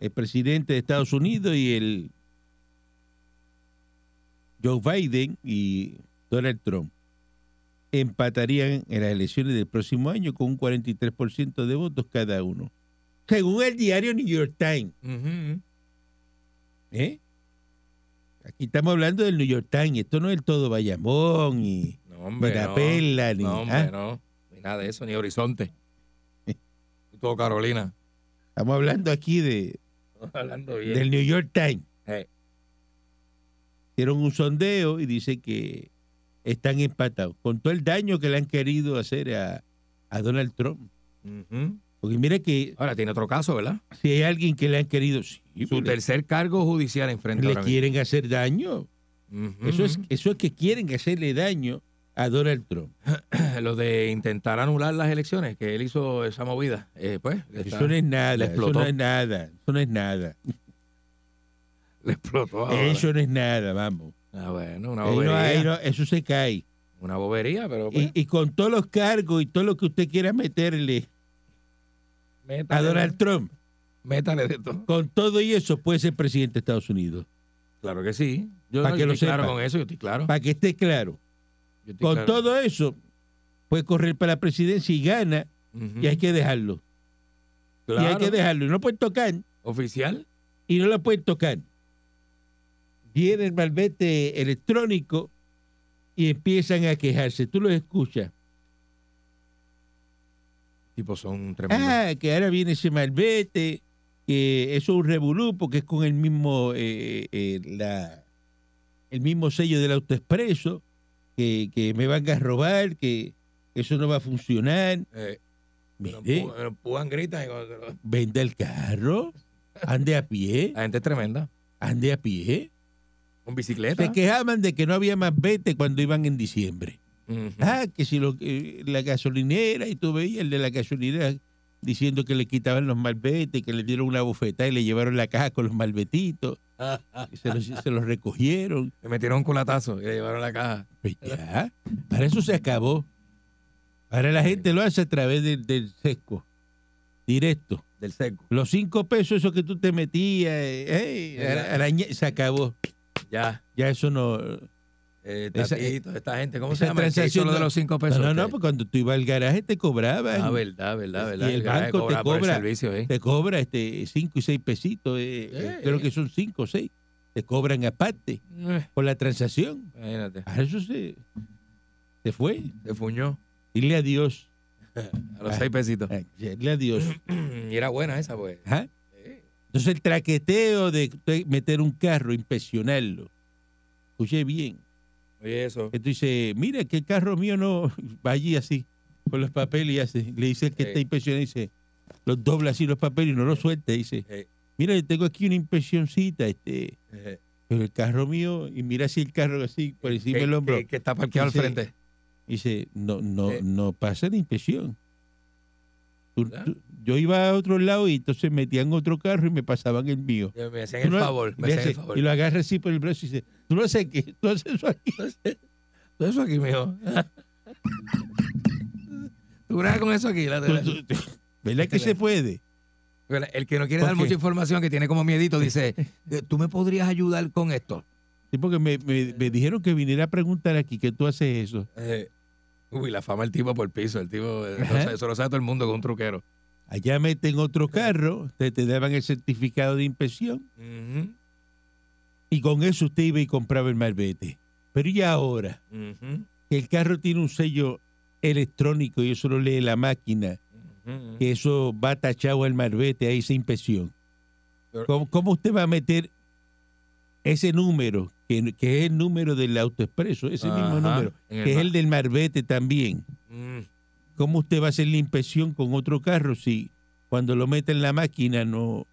[SPEAKER 3] el presidente de Estados Unidos y el Joe Biden y Donald Trump empatarían en las elecciones del próximo año con un 43% de votos cada uno. Según el diario New York Times.
[SPEAKER 4] Mm. Ujú.
[SPEAKER 3] ¿eh? Aquí estamos hablando del New York Times. Esto no es el todo Bayamón y
[SPEAKER 4] No, hombre. no.
[SPEAKER 3] Mirapela ni...
[SPEAKER 4] No, hombre,
[SPEAKER 3] ¿ah?
[SPEAKER 4] no. Ni nada de eso, ni Horizonte. Todo Carolina.
[SPEAKER 3] Estamos hablando aquí de,
[SPEAKER 4] Estamos hablando
[SPEAKER 3] del New York Times.
[SPEAKER 4] Eh.
[SPEAKER 3] Hicieron un sondeo y dice que están empatados. Con todo el daño que le han querido hacer a, a Donald Trump.
[SPEAKER 4] Ujú.
[SPEAKER 3] Porque mira que
[SPEAKER 4] Ahora tiene otro caso, ¿verdad?
[SPEAKER 3] si hay alguien que le han querido, sí,
[SPEAKER 4] Su
[SPEAKER 3] le,
[SPEAKER 4] tercer cargo judicial enfrente
[SPEAKER 3] le
[SPEAKER 4] ahora mismo.
[SPEAKER 3] quieren hacer daño.
[SPEAKER 4] Ujú.
[SPEAKER 3] Eso es eso es que quieren hacerle daño a Donald Trump.
[SPEAKER 4] lo de intentar anular las elecciones, que él hizo esa movida. Eh, pues, le, está-
[SPEAKER 3] Eso no es
[SPEAKER 4] le
[SPEAKER 3] nada, eso
[SPEAKER 4] explotó.
[SPEAKER 3] no es nada, eso no es nada.
[SPEAKER 4] le explotó. ahora.
[SPEAKER 3] Eso no es nada, vamos.
[SPEAKER 4] Ah, bueno, una
[SPEAKER 3] Ahí no-
[SPEAKER 4] bobería.
[SPEAKER 3] ahí no- eso se cae.
[SPEAKER 4] Una bobería, pero pues,
[SPEAKER 3] Y, y con todos los cargos y todo lo que usted quiera meterle a
[SPEAKER 4] métale-
[SPEAKER 3] Donald Trump,
[SPEAKER 4] métale de todo.
[SPEAKER 3] con todo y eso puede ser presidente de Estados Unidos.
[SPEAKER 4] Claro que sí. Yo,
[SPEAKER 3] Pa'
[SPEAKER 4] no,
[SPEAKER 3] que
[SPEAKER 4] yo
[SPEAKER 3] lo
[SPEAKER 4] estoy claro
[SPEAKER 3] sepa.
[SPEAKER 4] con eso, yo estoy claro.
[SPEAKER 3] Para que esté claro,
[SPEAKER 4] Yo estoy
[SPEAKER 3] con
[SPEAKER 4] claro.
[SPEAKER 3] todo eso puede correr para la presidencia y gana
[SPEAKER 4] Ujú.
[SPEAKER 3] y hay que dejarlo. Y hay
[SPEAKER 4] Claro.
[SPEAKER 3] que dejarlo. Y no pueden tocar
[SPEAKER 4] Oficial.
[SPEAKER 3] y no la pueden tocar. Viene el malvete electrónico y empiezan a quejarse. Tú los escuchas.
[SPEAKER 4] Tipo, son tremendos.
[SPEAKER 3] Ah, que ahora viene ese malvete, que eso es un revolú porque es con el mismo eh, eh, la, el mismo sello del autoexpreso, que, que me van a robar, que eso no va a funcionar.
[SPEAKER 4] Eh, lo
[SPEAKER 3] Mire,
[SPEAKER 4] empujan, lo empujan, gritan. y cuando te lo-
[SPEAKER 3] venda el carro, ande a pie,
[SPEAKER 4] La gente es tremenda.
[SPEAKER 3] ande a pie.
[SPEAKER 4] Con bicicleta.
[SPEAKER 3] Se quejaban de que no había más vete cuando iban en diciembre.
[SPEAKER 4] Ujú.
[SPEAKER 3] Ah, que si lo, eh, la gasolinera, y tú veías el de la gasolinera diciendo que le quitaban los malbetes, que le dieron una bofetada y le llevaron la caja con los malbetitos, y se los, se los recogieron.
[SPEAKER 4] Le metieron un culatazo y le llevaron la caja.
[SPEAKER 3] Pues ya, para eso se acabó. Ahora la gente lo hace a través del, del sesco, directo.
[SPEAKER 4] Del seco.
[SPEAKER 3] Los cinco pesos, eso que tú te metías, eh, eh, ara- araña- se acabó.
[SPEAKER 4] Ya.
[SPEAKER 3] Ya eso no,
[SPEAKER 4] eh,
[SPEAKER 3] Esa-
[SPEAKER 4] Tatito, esta gente, ¿cómo
[SPEAKER 3] esa
[SPEAKER 4] se llama? El que hizo
[SPEAKER 3] transacción
[SPEAKER 4] lo de
[SPEAKER 3] no-
[SPEAKER 4] los cinco
[SPEAKER 3] No,
[SPEAKER 4] pesos.
[SPEAKER 3] no, no,
[SPEAKER 4] que-
[SPEAKER 3] porque cuando tú ibas al garaje te cobraban.
[SPEAKER 4] Pues Ah, verdad, verdad,
[SPEAKER 3] Y
[SPEAKER 4] verdad.
[SPEAKER 3] el
[SPEAKER 4] garaje
[SPEAKER 3] banco te
[SPEAKER 4] cobra por el
[SPEAKER 3] cobra-
[SPEAKER 4] servicio, ¿eh?
[SPEAKER 3] Te cobra este 5 y 6 pesitos. eh, eh,
[SPEAKER 4] Sí.
[SPEAKER 3] Creo que son 5 o 6. Te cobran aparte
[SPEAKER 4] Eh,
[SPEAKER 3] por la transacción.
[SPEAKER 4] Imagínate.
[SPEAKER 3] A eso se, se fue.
[SPEAKER 4] Se fuñó
[SPEAKER 3] Dile adiós.
[SPEAKER 4] a los seis pesitos.
[SPEAKER 3] Ah, Dile adiós. Eh.
[SPEAKER 4] Y era buena esa, pues.
[SPEAKER 3] Ajá.
[SPEAKER 4] Eh,
[SPEAKER 3] Entonces el traqueteo de usted meter un carro, inspeccionarlo. Escuché bien.
[SPEAKER 4] Oye, eso. eh,
[SPEAKER 3] Entonces dice, mira que el carro mío no va allí así, con los papeles y hace. Le dice el que
[SPEAKER 4] Sí.
[SPEAKER 3] está inspeccionado, dice, los dobla así los papeles y no los suelta. Dice,
[SPEAKER 4] Eh,
[SPEAKER 3] mira, yo tengo aquí una inspeccioncita, este,
[SPEAKER 4] eh,
[SPEAKER 3] pero el carro mío, y mira así el carro así por encima
[SPEAKER 4] que-
[SPEAKER 3] del hombro.
[SPEAKER 4] que- Que está parqueado al
[SPEAKER 3] Sí, sí.
[SPEAKER 4] frente.
[SPEAKER 3] Dice, no, no,
[SPEAKER 4] Eh.
[SPEAKER 3] no pasa la inspección. Tú-
[SPEAKER 4] ¿Verdad?
[SPEAKER 3] tú- yo iba a otro lado y entonces metían otro carro y me pasaban el mío.
[SPEAKER 4] Eh, Me hacían
[SPEAKER 3] Tú
[SPEAKER 4] el
[SPEAKER 3] no-
[SPEAKER 4] favor. Me
[SPEAKER 3] le
[SPEAKER 4] hacían el
[SPEAKER 3] hace-
[SPEAKER 4] favor.
[SPEAKER 3] Y lo agarra así por el brazo y dice, tú no haces qué, tú haces eso aquí.
[SPEAKER 4] Todo eso aquí, mijo. Tú grabas con eso aquí. la-
[SPEAKER 3] Tú- tú- tú- ¿Verdad que se puede?
[SPEAKER 4] el que no quiere
[SPEAKER 3] ¿Por
[SPEAKER 4] dar
[SPEAKER 3] qué?
[SPEAKER 4] mucha información, que tiene como miedito, dice, eh, ¿tú me podrías ayudar con esto?
[SPEAKER 3] Sí, porque me, me- me dijeron que viniera a preguntar aquí que tú haces eso.
[SPEAKER 4] Eh, uy, la fama el tipo por el piso. El tipo, eh,
[SPEAKER 3] Ajá.
[SPEAKER 4] no sabe- eso lo sabe todo el mundo con un truquero.
[SPEAKER 3] Allá meten otro carro, te, te daban el certificado de inspección
[SPEAKER 4] Ujú,
[SPEAKER 3] y con eso usted iba y compraba el malvete. Pero y ahora,
[SPEAKER 4] ujú,
[SPEAKER 3] que el carro tiene un sello electrónico y eso lo lee la máquina,
[SPEAKER 4] ujú.
[SPEAKER 3] que eso va tachado al malvete a esa inspección.
[SPEAKER 4] Pero-
[SPEAKER 3] ¿Cómo, cómo usted va a meter ese número, que, que es el número del autoexpreso, ese mismo
[SPEAKER 4] Ajá,
[SPEAKER 3] número,
[SPEAKER 4] en el
[SPEAKER 3] que es
[SPEAKER 4] ma-
[SPEAKER 3] el del malvete también?
[SPEAKER 4] Mm,
[SPEAKER 3] ¿Cómo usted va a hacer la inspección con otro carro si cuando lo mete en la máquina no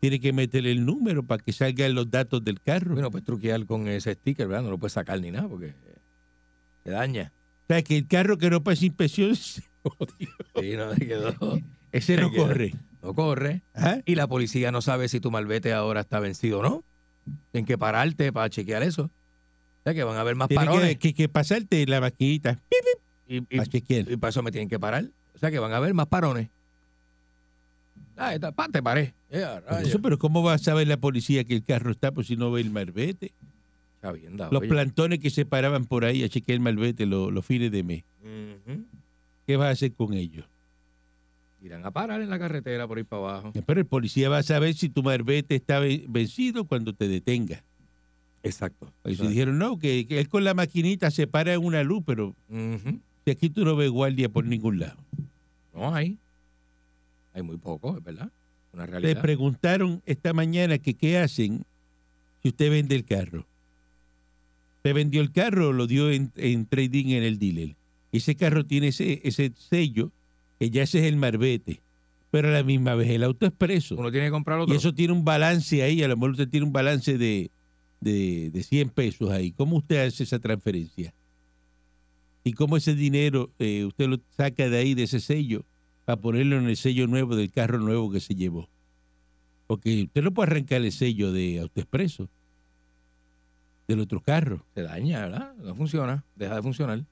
[SPEAKER 3] tiene que meter el número para que salgan los datos del carro?
[SPEAKER 4] Bueno, pues truquear con ese sticker, ¿verdad? No lo puedes sacar ni nada porque te daña.
[SPEAKER 3] o sea, que el carro que no pasa inspección,
[SPEAKER 4] Sí, no, te quedó.
[SPEAKER 3] ese no
[SPEAKER 4] Te queda.
[SPEAKER 3] corre. ¿ah?
[SPEAKER 4] No corre.
[SPEAKER 3] Ajá.
[SPEAKER 4] Y la policía no sabe si tu malvete ahora está vencido o no. Tienen que pararte para chequear eso. O sea que van a haber más
[SPEAKER 3] Tiene
[SPEAKER 4] parones.
[SPEAKER 3] que, que- que pasarte la maquinita
[SPEAKER 4] Y, y-
[SPEAKER 3] para chequear.
[SPEAKER 4] y para eso me tienen que parar. O sea que van a haber más parones. Ah, está, pa, te paré. Eh, a
[SPEAKER 3] Por
[SPEAKER 4] rayos.
[SPEAKER 3] eso, pero ¿cómo va a saber la policía que el carro está pues, si no ve el malvete?
[SPEAKER 4] Está bien, da,
[SPEAKER 3] Los
[SPEAKER 4] Ah, oye.
[SPEAKER 3] plantones que se paraban por ahí a chequear el malvete lo- los fines de mes.
[SPEAKER 4] Ujú.
[SPEAKER 3] ¿Qué vas a hacer con ellos?
[SPEAKER 4] Irán a parar en la carretera por ir para abajo.
[SPEAKER 3] Pero el policía va a saber si tu malvete está ve- vencido cuando te detenga.
[SPEAKER 4] Exacto.
[SPEAKER 3] Y si dijeron, no, que, que él con la maquinita se para en una luz, pero
[SPEAKER 4] Ujú.
[SPEAKER 3] de aquí tú no ves guardia por ningún lado.
[SPEAKER 4] No hay. Hay muy poco, es verdad. Una
[SPEAKER 3] Le
[SPEAKER 4] realidad.
[SPEAKER 3] preguntaron esta mañana que qué hacen si usted vende el carro. ¿Usted vendió el carro o lo dio en, en trading en el dealer? Ese carro tiene ese, ese sello, que ya ese es el marbete, pero a la misma vez el auto expreso.
[SPEAKER 4] Uno tiene que comprar otro.
[SPEAKER 3] Y eso tiene un balance ahí, a lo mejor usted tiene un balance de, de, de 100 pesos ahí. ¿Cómo usted hace esa transferencia? ¿Y cómo ese dinero eh, usted lo saca de ahí, de ese sello, para ponerlo en el sello nuevo del carro nuevo que se llevó? Porque usted no puede arrancar el sello de AutoExpreso, del otro carro.
[SPEAKER 4] se daña, ¿verdad? No funciona, deja de funcionar.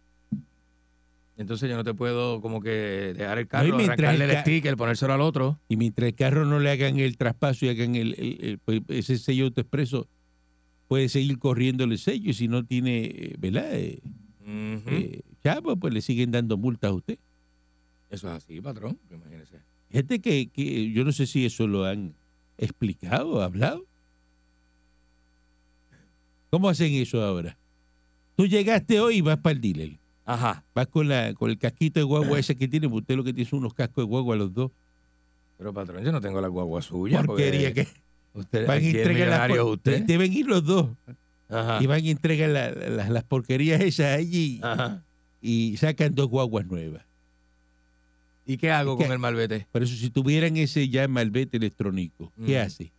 [SPEAKER 4] Entonces yo no te puedo como que dejar el carro,
[SPEAKER 3] No, y mientras
[SPEAKER 4] arrancarle
[SPEAKER 3] el
[SPEAKER 4] el,
[SPEAKER 3] ca-
[SPEAKER 4] sticker, ponérselo al otro.
[SPEAKER 3] Y mientras el carro no le hagan el traspaso y hagan el, el- el- pues, ese sello AutoExpreso, puede seguir corriendo el sello y si no tiene, eh, ¿verdad? Eh,
[SPEAKER 4] Ujú.
[SPEAKER 3] eh, chavo, pues le siguen dando multas a usted.
[SPEAKER 4] Eso es así, patrón, imagínese.
[SPEAKER 3] Gente que, que yo no sé si eso lo han explicado, hablado. ¿Cómo hacen eso ahora? Tú llegaste hoy y vas para el dealer.
[SPEAKER 4] Ajá,
[SPEAKER 3] Vas con, la, con el casquito de guagua ese que tiene, porque usted lo que tiene son unos cascos de guagua los dos.
[SPEAKER 4] pero patrón, yo no tengo la guagua suya.
[SPEAKER 3] Porquería que
[SPEAKER 4] que usted,
[SPEAKER 3] van y
[SPEAKER 4] eh, aquí es
[SPEAKER 3] entregan las
[SPEAKER 4] millonario
[SPEAKER 3] por-
[SPEAKER 4] usted. Ah.
[SPEAKER 3] Deben ir los dos.
[SPEAKER 4] Ajá,
[SPEAKER 3] Y van y entregan la- la- las- las porquerías esas allí
[SPEAKER 4] ajá.
[SPEAKER 3] y sacan dos guaguas nuevas.
[SPEAKER 4] ¿Y qué hago
[SPEAKER 3] ¿Qué?
[SPEAKER 4] con el malvete?
[SPEAKER 3] Por eso, si tuvieran ese ya malvete electrónico, ¿qué
[SPEAKER 4] Ujú.
[SPEAKER 3] hace?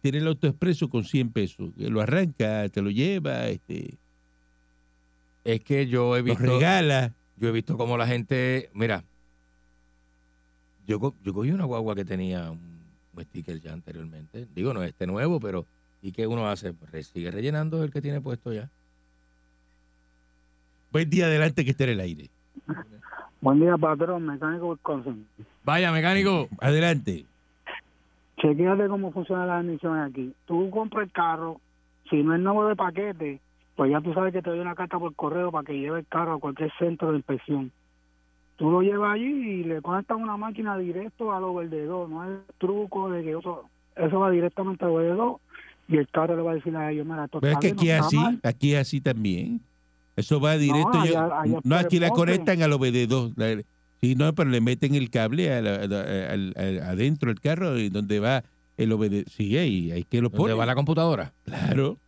[SPEAKER 3] Tiene el autoexpreso con 100 pesos. que Lo arranca, te lo lleva, este,
[SPEAKER 4] Es que yo he
[SPEAKER 3] lo
[SPEAKER 4] visto...
[SPEAKER 3] regala.
[SPEAKER 4] Yo he visto como la gente, mira, yo, co- yo cogí una guagua que tenía un, un sticker ya anteriormente. Digo, no este nuevo, pero ¿y qué uno hace? Re- sigue rellenando el que tiene puesto ya.
[SPEAKER 3] Buen día adelante que esté en el aire.
[SPEAKER 6] Buen día, patrón, mecánico Wisconsin.
[SPEAKER 4] Vaya, mecánico.
[SPEAKER 3] Adelante.
[SPEAKER 6] Chequéate cómo funcionan las emisiones aquí. Tú compras el carro, si no es nuevo de paquete, Pues ya tú sabes que te doy una carta por correo para que lleve el carro a cualquier centro de inspección. Tú lo llevas allí y le conectas una máquina directo al overdedor, no es truco de que otro. Eso va directamente al overdedor y el carro le va a decir a ellos, mira, esto
[SPEAKER 3] Pero es
[SPEAKER 6] está
[SPEAKER 3] que
[SPEAKER 6] bien,
[SPEAKER 3] aquí
[SPEAKER 6] no está
[SPEAKER 3] así,
[SPEAKER 6] mal.
[SPEAKER 3] aquí así también. Eso va directo. yo- No,
[SPEAKER 6] allá- allá por
[SPEAKER 3] aquí
[SPEAKER 6] el
[SPEAKER 3] la
[SPEAKER 6] monte.
[SPEAKER 3] conectan al obededor. La- Sí, no, pero le meten el cable a la- a la- al- al- adentro del carro y donde va el obededor. Sí, ahí, ahí que lo
[SPEAKER 4] ¿Dónde
[SPEAKER 3] ponen.
[SPEAKER 4] va la computadora?
[SPEAKER 3] Claro.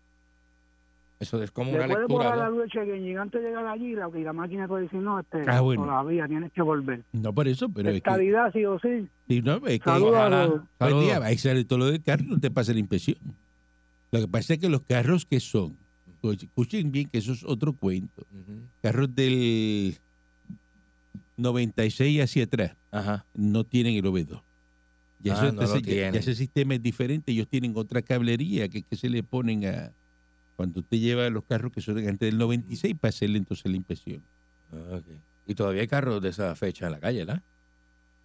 [SPEAKER 4] Eso es como
[SPEAKER 6] Le
[SPEAKER 4] una
[SPEAKER 6] puedes
[SPEAKER 4] lectura.
[SPEAKER 6] borrar la
[SPEAKER 4] ¿no?
[SPEAKER 6] luz de check-in y antes de llegar allí la, y la máquina te va a decir, no, este,
[SPEAKER 3] Ah, bueno.
[SPEAKER 6] todavía tienes que volver.
[SPEAKER 3] No por eso, pero es que,
[SPEAKER 6] Estabilidad sí o sí.
[SPEAKER 3] sí, no, es que
[SPEAKER 6] Saludos a
[SPEAKER 4] ojalá.
[SPEAKER 6] los-
[SPEAKER 3] Hoy
[SPEAKER 4] Saludos.
[SPEAKER 3] día, ahí sale todo lo del carro, no te pasa la impresión. Lo que pasa es que los carros que son, pues, escuchen bien que eso es otro cuento,
[SPEAKER 4] Ujú.
[SPEAKER 3] carros del 96 hacia atrás
[SPEAKER 4] Ajá.
[SPEAKER 3] no tienen el obedor. Ya,
[SPEAKER 4] Ah,
[SPEAKER 3] eso-
[SPEAKER 4] no
[SPEAKER 3] entonces,
[SPEAKER 4] lo
[SPEAKER 3] ya- ya
[SPEAKER 4] tienen.
[SPEAKER 3] ese sistema es diferente, ellos tienen otra cablería que, es que se le ponen a... Cuando usted lleva los carros que son de antes del 96 para hacerle entonces la inspección.
[SPEAKER 4] Ah, ok. Y todavía hay carros de esa fecha en la calle, ¿verdad?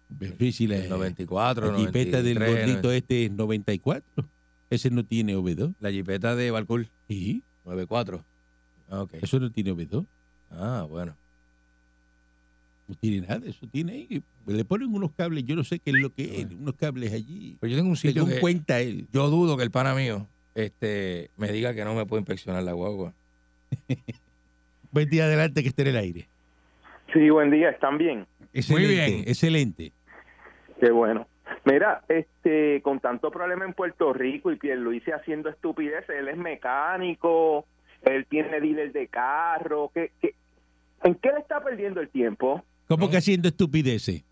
[SPEAKER 3] Difícil
[SPEAKER 4] El 94,
[SPEAKER 3] La jipeta del
[SPEAKER 4] 93,
[SPEAKER 3] gordito este es 94. Ese no tiene obedor.
[SPEAKER 4] La jipeta de Balcool,
[SPEAKER 3] Sí.
[SPEAKER 4] 94. Ah, ok.
[SPEAKER 3] Eso no tiene obedor,
[SPEAKER 4] Ah, bueno.
[SPEAKER 3] no tiene nada, eso tiene ahí. Le ponen unos cables, yo no sé qué es lo que es, unos cables allí.
[SPEAKER 4] Pero yo tengo un sitio
[SPEAKER 3] Según
[SPEAKER 4] que
[SPEAKER 3] cuenta él.
[SPEAKER 4] yo dudo que el pana mío este, me diga que no me puede inspeccionar la guagua.
[SPEAKER 3] Buen día adelante que esté en el aire.
[SPEAKER 7] Sí, buen día, están bien.
[SPEAKER 3] Excelente,
[SPEAKER 4] bien.
[SPEAKER 3] excelente.
[SPEAKER 7] Qué bueno. Mira, este, con tanto problema en Puerto Rico y Pierluisi haciendo estupideces, él es mecánico, él tiene dealer de carro, ¿qué, qué- en qué le está perdiendo el tiempo?
[SPEAKER 3] ¿Cómo
[SPEAKER 4] No.
[SPEAKER 3] que haciendo estupideces?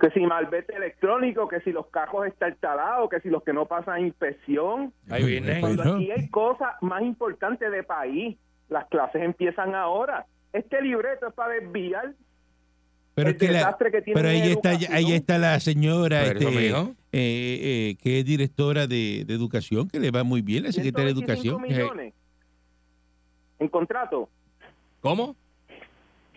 [SPEAKER 7] Que si malvete electrónico, que si los cajos están talados, que si los que no pasan inspección.
[SPEAKER 4] Ahí viene.
[SPEAKER 7] Cuando
[SPEAKER 3] Bueno,
[SPEAKER 7] aquí hay cosas más importantes de país, las clases empiezan ahora. Este libreto es para desviar
[SPEAKER 3] pero
[SPEAKER 7] el
[SPEAKER 3] es que la-
[SPEAKER 7] desastre que tiene
[SPEAKER 3] pero ahí está, ahí está la señora
[SPEAKER 4] Pero,
[SPEAKER 3] este,
[SPEAKER 4] amigo.
[SPEAKER 3] eh, eh, que es directora de, de educación, que le va muy bien, la secretaria de educación. Eh,
[SPEAKER 7] millones en contrato.
[SPEAKER 4] ¿Cómo?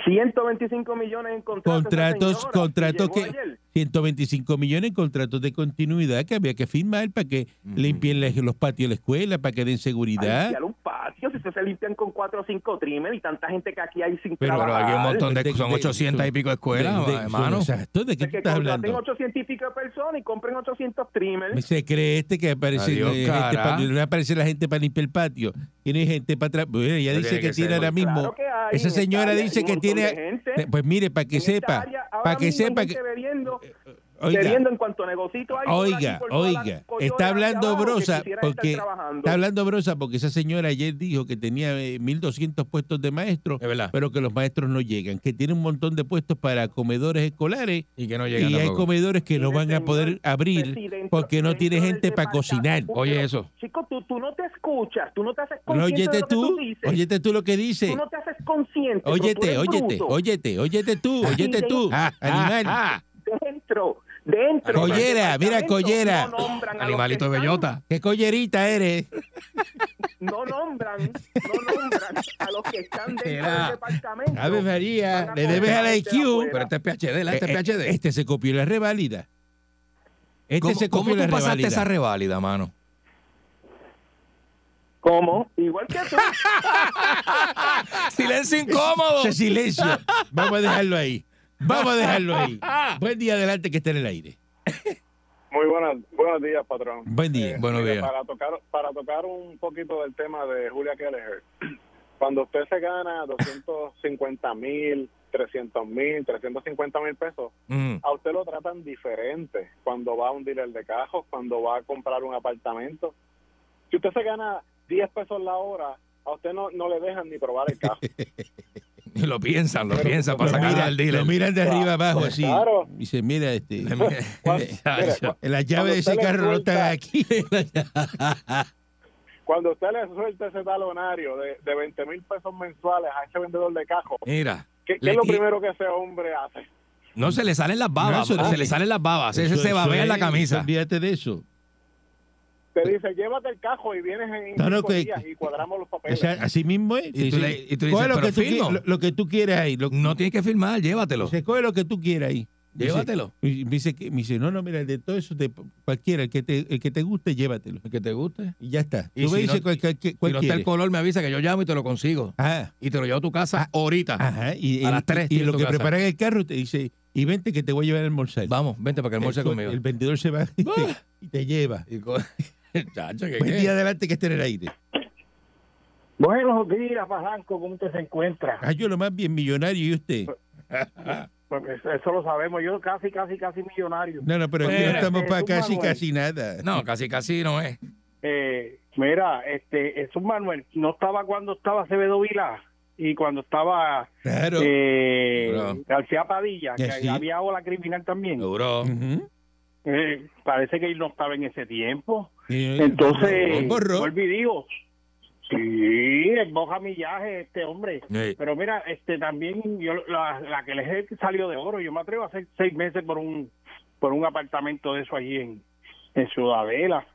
[SPEAKER 7] 125 millones en contratos.
[SPEAKER 3] Contratos,
[SPEAKER 7] esa señora,
[SPEAKER 3] contratos
[SPEAKER 7] que
[SPEAKER 3] que-
[SPEAKER 7] llegó ayer.
[SPEAKER 3] 125 Eh, millones en contratos de continuidad que había que firmar para que
[SPEAKER 4] Ujú.
[SPEAKER 3] limpien la- los patios de la escuela, para que den
[SPEAKER 7] A
[SPEAKER 3] seguridad.
[SPEAKER 7] limpiar un patio, si ustedes se limpian con 4 o 5 trimmers y tanta gente que aquí hay sin
[SPEAKER 4] Pero,
[SPEAKER 7] trabajar.
[SPEAKER 4] hay un montón de.
[SPEAKER 3] de-
[SPEAKER 4] Son
[SPEAKER 3] de-
[SPEAKER 4] 800 y pico de escuelas,
[SPEAKER 3] De- de-
[SPEAKER 4] hermano.
[SPEAKER 3] Exacto, ¿de qué
[SPEAKER 7] Es
[SPEAKER 3] tú
[SPEAKER 7] que
[SPEAKER 3] estás
[SPEAKER 7] contraten
[SPEAKER 3] hablando?
[SPEAKER 7] 800 y pico de personas y compren 800
[SPEAKER 3] Me
[SPEAKER 7] trimmers.
[SPEAKER 3] Se cree este que aparece,
[SPEAKER 4] Adiós,
[SPEAKER 3] eh, gente
[SPEAKER 4] cara.
[SPEAKER 3] pa- no aparece la gente para limpiar el patio. Tiene gente para atrás. Bueno, ella
[SPEAKER 4] Eso
[SPEAKER 3] dice
[SPEAKER 4] tiene
[SPEAKER 3] que
[SPEAKER 4] que
[SPEAKER 3] tiene
[SPEAKER 4] ser.
[SPEAKER 3] ahora mismo.
[SPEAKER 7] Claro que hay, en
[SPEAKER 3] esa
[SPEAKER 7] esta
[SPEAKER 3] señora
[SPEAKER 7] área
[SPEAKER 3] dice
[SPEAKER 7] hay un
[SPEAKER 3] que
[SPEAKER 7] montón
[SPEAKER 3] tiene.
[SPEAKER 7] de gente.
[SPEAKER 3] Pues mire, para que
[SPEAKER 7] En esta
[SPEAKER 3] sepa.
[SPEAKER 7] área ahora
[SPEAKER 3] Para que
[SPEAKER 7] mismo hay
[SPEAKER 3] sepa que. Eh,
[SPEAKER 7] gente bebiendo,
[SPEAKER 3] Oiga,
[SPEAKER 7] bebiendo en cuanto negocito hay. por
[SPEAKER 3] oiga,
[SPEAKER 7] aquí, por todas las
[SPEAKER 3] oiga.
[SPEAKER 7] coyotas
[SPEAKER 3] Está
[SPEAKER 7] hacia
[SPEAKER 3] hablando
[SPEAKER 7] abajo que
[SPEAKER 3] brosa
[SPEAKER 7] quisieran estar
[SPEAKER 3] porque.
[SPEAKER 7] trabajando.
[SPEAKER 3] Está hablando brosa porque esa señora ayer dijo que tenía eh, 1.200 puestos de maestros,
[SPEAKER 4] Es verdad.
[SPEAKER 3] pero que los maestros no llegan. Que tiene un montón de puestos para comedores escolares
[SPEAKER 4] Y que no
[SPEAKER 3] y
[SPEAKER 4] llegan
[SPEAKER 3] hay
[SPEAKER 4] tampoco.
[SPEAKER 3] comedores que no
[SPEAKER 7] Mire,
[SPEAKER 3] van a
[SPEAKER 7] señor
[SPEAKER 3] poder abrir
[SPEAKER 7] Sí, dentro-
[SPEAKER 3] porque no
[SPEAKER 7] dentro
[SPEAKER 3] tiene
[SPEAKER 7] del
[SPEAKER 3] gente para
[SPEAKER 7] departamento.
[SPEAKER 3] cocinar.
[SPEAKER 4] Oye,
[SPEAKER 7] Pero,
[SPEAKER 4] eso.
[SPEAKER 7] Chico, tú, tú no te escuchas, tú no te haces
[SPEAKER 3] Pero
[SPEAKER 7] consciente de
[SPEAKER 3] óyete
[SPEAKER 7] lo que
[SPEAKER 3] tú,
[SPEAKER 7] tú dices.
[SPEAKER 3] óyete tú lo que dice.
[SPEAKER 7] Tú no te haces consciente. pero tú
[SPEAKER 3] Óyete,
[SPEAKER 7] eres
[SPEAKER 3] óyete,
[SPEAKER 7] bruto.
[SPEAKER 3] óyete, óyete tú,
[SPEAKER 7] Así
[SPEAKER 3] óyete
[SPEAKER 7] de-
[SPEAKER 3] tú,
[SPEAKER 4] Ah, ah,
[SPEAKER 3] animal.
[SPEAKER 4] ah.
[SPEAKER 7] Dentro, dentro.
[SPEAKER 3] Collera,
[SPEAKER 7] del departamento
[SPEAKER 3] mira, collera.
[SPEAKER 7] No nombran a los
[SPEAKER 4] Animalito de
[SPEAKER 7] que
[SPEAKER 4] bellota.
[SPEAKER 3] ¿Qué collerita eres?
[SPEAKER 7] están- no nombran, no nombran a los que están dentro
[SPEAKER 4] Mira.
[SPEAKER 7] del departamento.
[SPEAKER 3] Ave María,
[SPEAKER 7] Van a
[SPEAKER 3] le debes a la
[SPEAKER 7] colgar de
[SPEAKER 3] IQ.
[SPEAKER 7] afuera.
[SPEAKER 4] Pero este es PhD, ¿la? Este
[SPEAKER 3] Eh, eh,
[SPEAKER 4] es PhD.
[SPEAKER 3] Este se copió la reválida. Este
[SPEAKER 4] ¿Cómo,
[SPEAKER 3] se
[SPEAKER 4] cómo
[SPEAKER 3] copió
[SPEAKER 4] tú
[SPEAKER 3] la
[SPEAKER 4] pasaste esa
[SPEAKER 3] reválida.
[SPEAKER 4] reválida, mano?
[SPEAKER 7] ¿Cómo? Igual que tú.
[SPEAKER 4] Ah, ¡Silencio incómodo!
[SPEAKER 3] Ese silencio. Vamos a dejarlo ahí. Vamos a dejarlo ahí. Buen día adelante que esté en el aire.
[SPEAKER 5] Muy buenas, buenos días, patrón.
[SPEAKER 3] Buen día.
[SPEAKER 4] Buenos
[SPEAKER 5] Mira,
[SPEAKER 4] días.
[SPEAKER 5] Para tocar, para tocar un poquito del tema de Julia Kelleher, cuando usted se gana 250 mil, 300 mil, 350 mil pesos,
[SPEAKER 4] Mm.
[SPEAKER 5] a usted lo tratan diferente cuando va a un dealer de cajos, cuando va a comprar un apartamento. Si usted se gana 10 pesos la hora, a usted no, no le dejan ni probar el cajo.
[SPEAKER 4] Y Lo piensan, lo
[SPEAKER 5] Pero-
[SPEAKER 4] piensan
[SPEAKER 3] Lo
[SPEAKER 4] para sacar
[SPEAKER 3] miran-
[SPEAKER 4] al dealer.
[SPEAKER 3] lo miran de arriba abajo así.
[SPEAKER 5] Claro.
[SPEAKER 3] Y se mira este.
[SPEAKER 5] Mira,
[SPEAKER 3] La llave de ese
[SPEAKER 5] Cuando usted le
[SPEAKER 3] carro no está
[SPEAKER 5] suelta-
[SPEAKER 3] aquí.
[SPEAKER 5] cuando usted le suelta ese talonario de, de 20 mil pesos mensuales a ese vendedor de cajos,
[SPEAKER 4] Mira,
[SPEAKER 5] ¿qué, qué
[SPEAKER 4] Le-
[SPEAKER 5] es lo
[SPEAKER 4] y-
[SPEAKER 5] primero que ese hombre hace?
[SPEAKER 4] no se le salen las
[SPEAKER 3] No,
[SPEAKER 4] babas,
[SPEAKER 3] eso no.
[SPEAKER 4] se le salen las babas, ese
[SPEAKER 3] Eso-
[SPEAKER 4] se
[SPEAKER 3] eso
[SPEAKER 4] babea en la
[SPEAKER 3] es,
[SPEAKER 4] camisa.
[SPEAKER 3] Olvídate de eso.
[SPEAKER 5] te dice, llévate el cajo y vienes en
[SPEAKER 3] No, no,
[SPEAKER 5] cinco
[SPEAKER 3] que-
[SPEAKER 5] días y cuadramos los
[SPEAKER 3] O
[SPEAKER 5] papeles.
[SPEAKER 3] sea, así mismo es.
[SPEAKER 4] Y
[SPEAKER 3] Sí,
[SPEAKER 4] tú
[SPEAKER 3] sí.
[SPEAKER 4] le- y
[SPEAKER 3] Coge
[SPEAKER 4] tú dices,
[SPEAKER 3] lo,
[SPEAKER 4] pero
[SPEAKER 3] que tú,
[SPEAKER 4] firmo.
[SPEAKER 3] qui- lo- lo que tú quieras ahí. Lo,
[SPEAKER 4] No tienes que firmar, llévatelo.
[SPEAKER 3] Se coge lo que tú quieras ahí. Dice-
[SPEAKER 4] Llévatelo.
[SPEAKER 3] Y me dice, que- me dice, no, no, mira, de todo eso, te- cualquiera, el que, te, el que te guste, llévatelo.
[SPEAKER 4] El que te guste.
[SPEAKER 3] Y ya está.
[SPEAKER 4] Y
[SPEAKER 3] Tú me
[SPEAKER 4] si no-
[SPEAKER 3] dices cuál, cuál- cuál
[SPEAKER 4] Si no está el
[SPEAKER 3] quieres.
[SPEAKER 4] color, me avisa que yo llamo y te lo consigo.
[SPEAKER 3] Ajá,
[SPEAKER 4] Y te lo llevo a tu casa ahorita.
[SPEAKER 3] Ah. ajá. Y,
[SPEAKER 4] A
[SPEAKER 3] y-
[SPEAKER 4] las tres
[SPEAKER 3] y,
[SPEAKER 4] tiene
[SPEAKER 3] lo
[SPEAKER 4] tu
[SPEAKER 3] que
[SPEAKER 4] casa.
[SPEAKER 3] preparan el carro te dice, y vente que te voy a llevar a almorzar.
[SPEAKER 4] Vamos, vente para que almuerces
[SPEAKER 3] el,
[SPEAKER 4] conmigo.
[SPEAKER 3] El vendedor se va y te, y te lleva.
[SPEAKER 4] Y co- Chacho, ¿qué,
[SPEAKER 3] Buen
[SPEAKER 4] qué?
[SPEAKER 3] día adelante que esté en el aire.
[SPEAKER 6] Buenos días, Barranco, ¿cómo usted se encuentra?
[SPEAKER 3] Ah, yo lo más bien millonario y usted.
[SPEAKER 6] Porque Pues, eso- eso lo sabemos, yo casi, casi, casi millonario.
[SPEAKER 3] No, no, pero aquí no
[SPEAKER 4] Mira,
[SPEAKER 3] estamos
[SPEAKER 6] es
[SPEAKER 3] para
[SPEAKER 6] un
[SPEAKER 3] casi,
[SPEAKER 6] manual.
[SPEAKER 3] casi nada.
[SPEAKER 4] No, casi casi no es.
[SPEAKER 6] Eh, mira, este, es un Manuel, no estaba cuando estaba Acevedo Vila y cuando estaba
[SPEAKER 3] Claro.
[SPEAKER 6] eh,
[SPEAKER 4] Bravo.
[SPEAKER 6] García Padilla, que
[SPEAKER 3] Que sí.
[SPEAKER 6] había ola criminal también.
[SPEAKER 4] Seguro.
[SPEAKER 3] Ujú.
[SPEAKER 6] Eh, parece que él no estaba en ese tiempo.
[SPEAKER 3] Eh,
[SPEAKER 6] Entonces,
[SPEAKER 3] borró.
[SPEAKER 6] vuelvo y digo, sí, es boja millaje este hombre.
[SPEAKER 4] Sí.
[SPEAKER 6] Pero mira, este también yo la, la que les he salido de oro, yo me atrevo a hacer seis meses por un por un apartamento de eso allí en, en Ciudadela.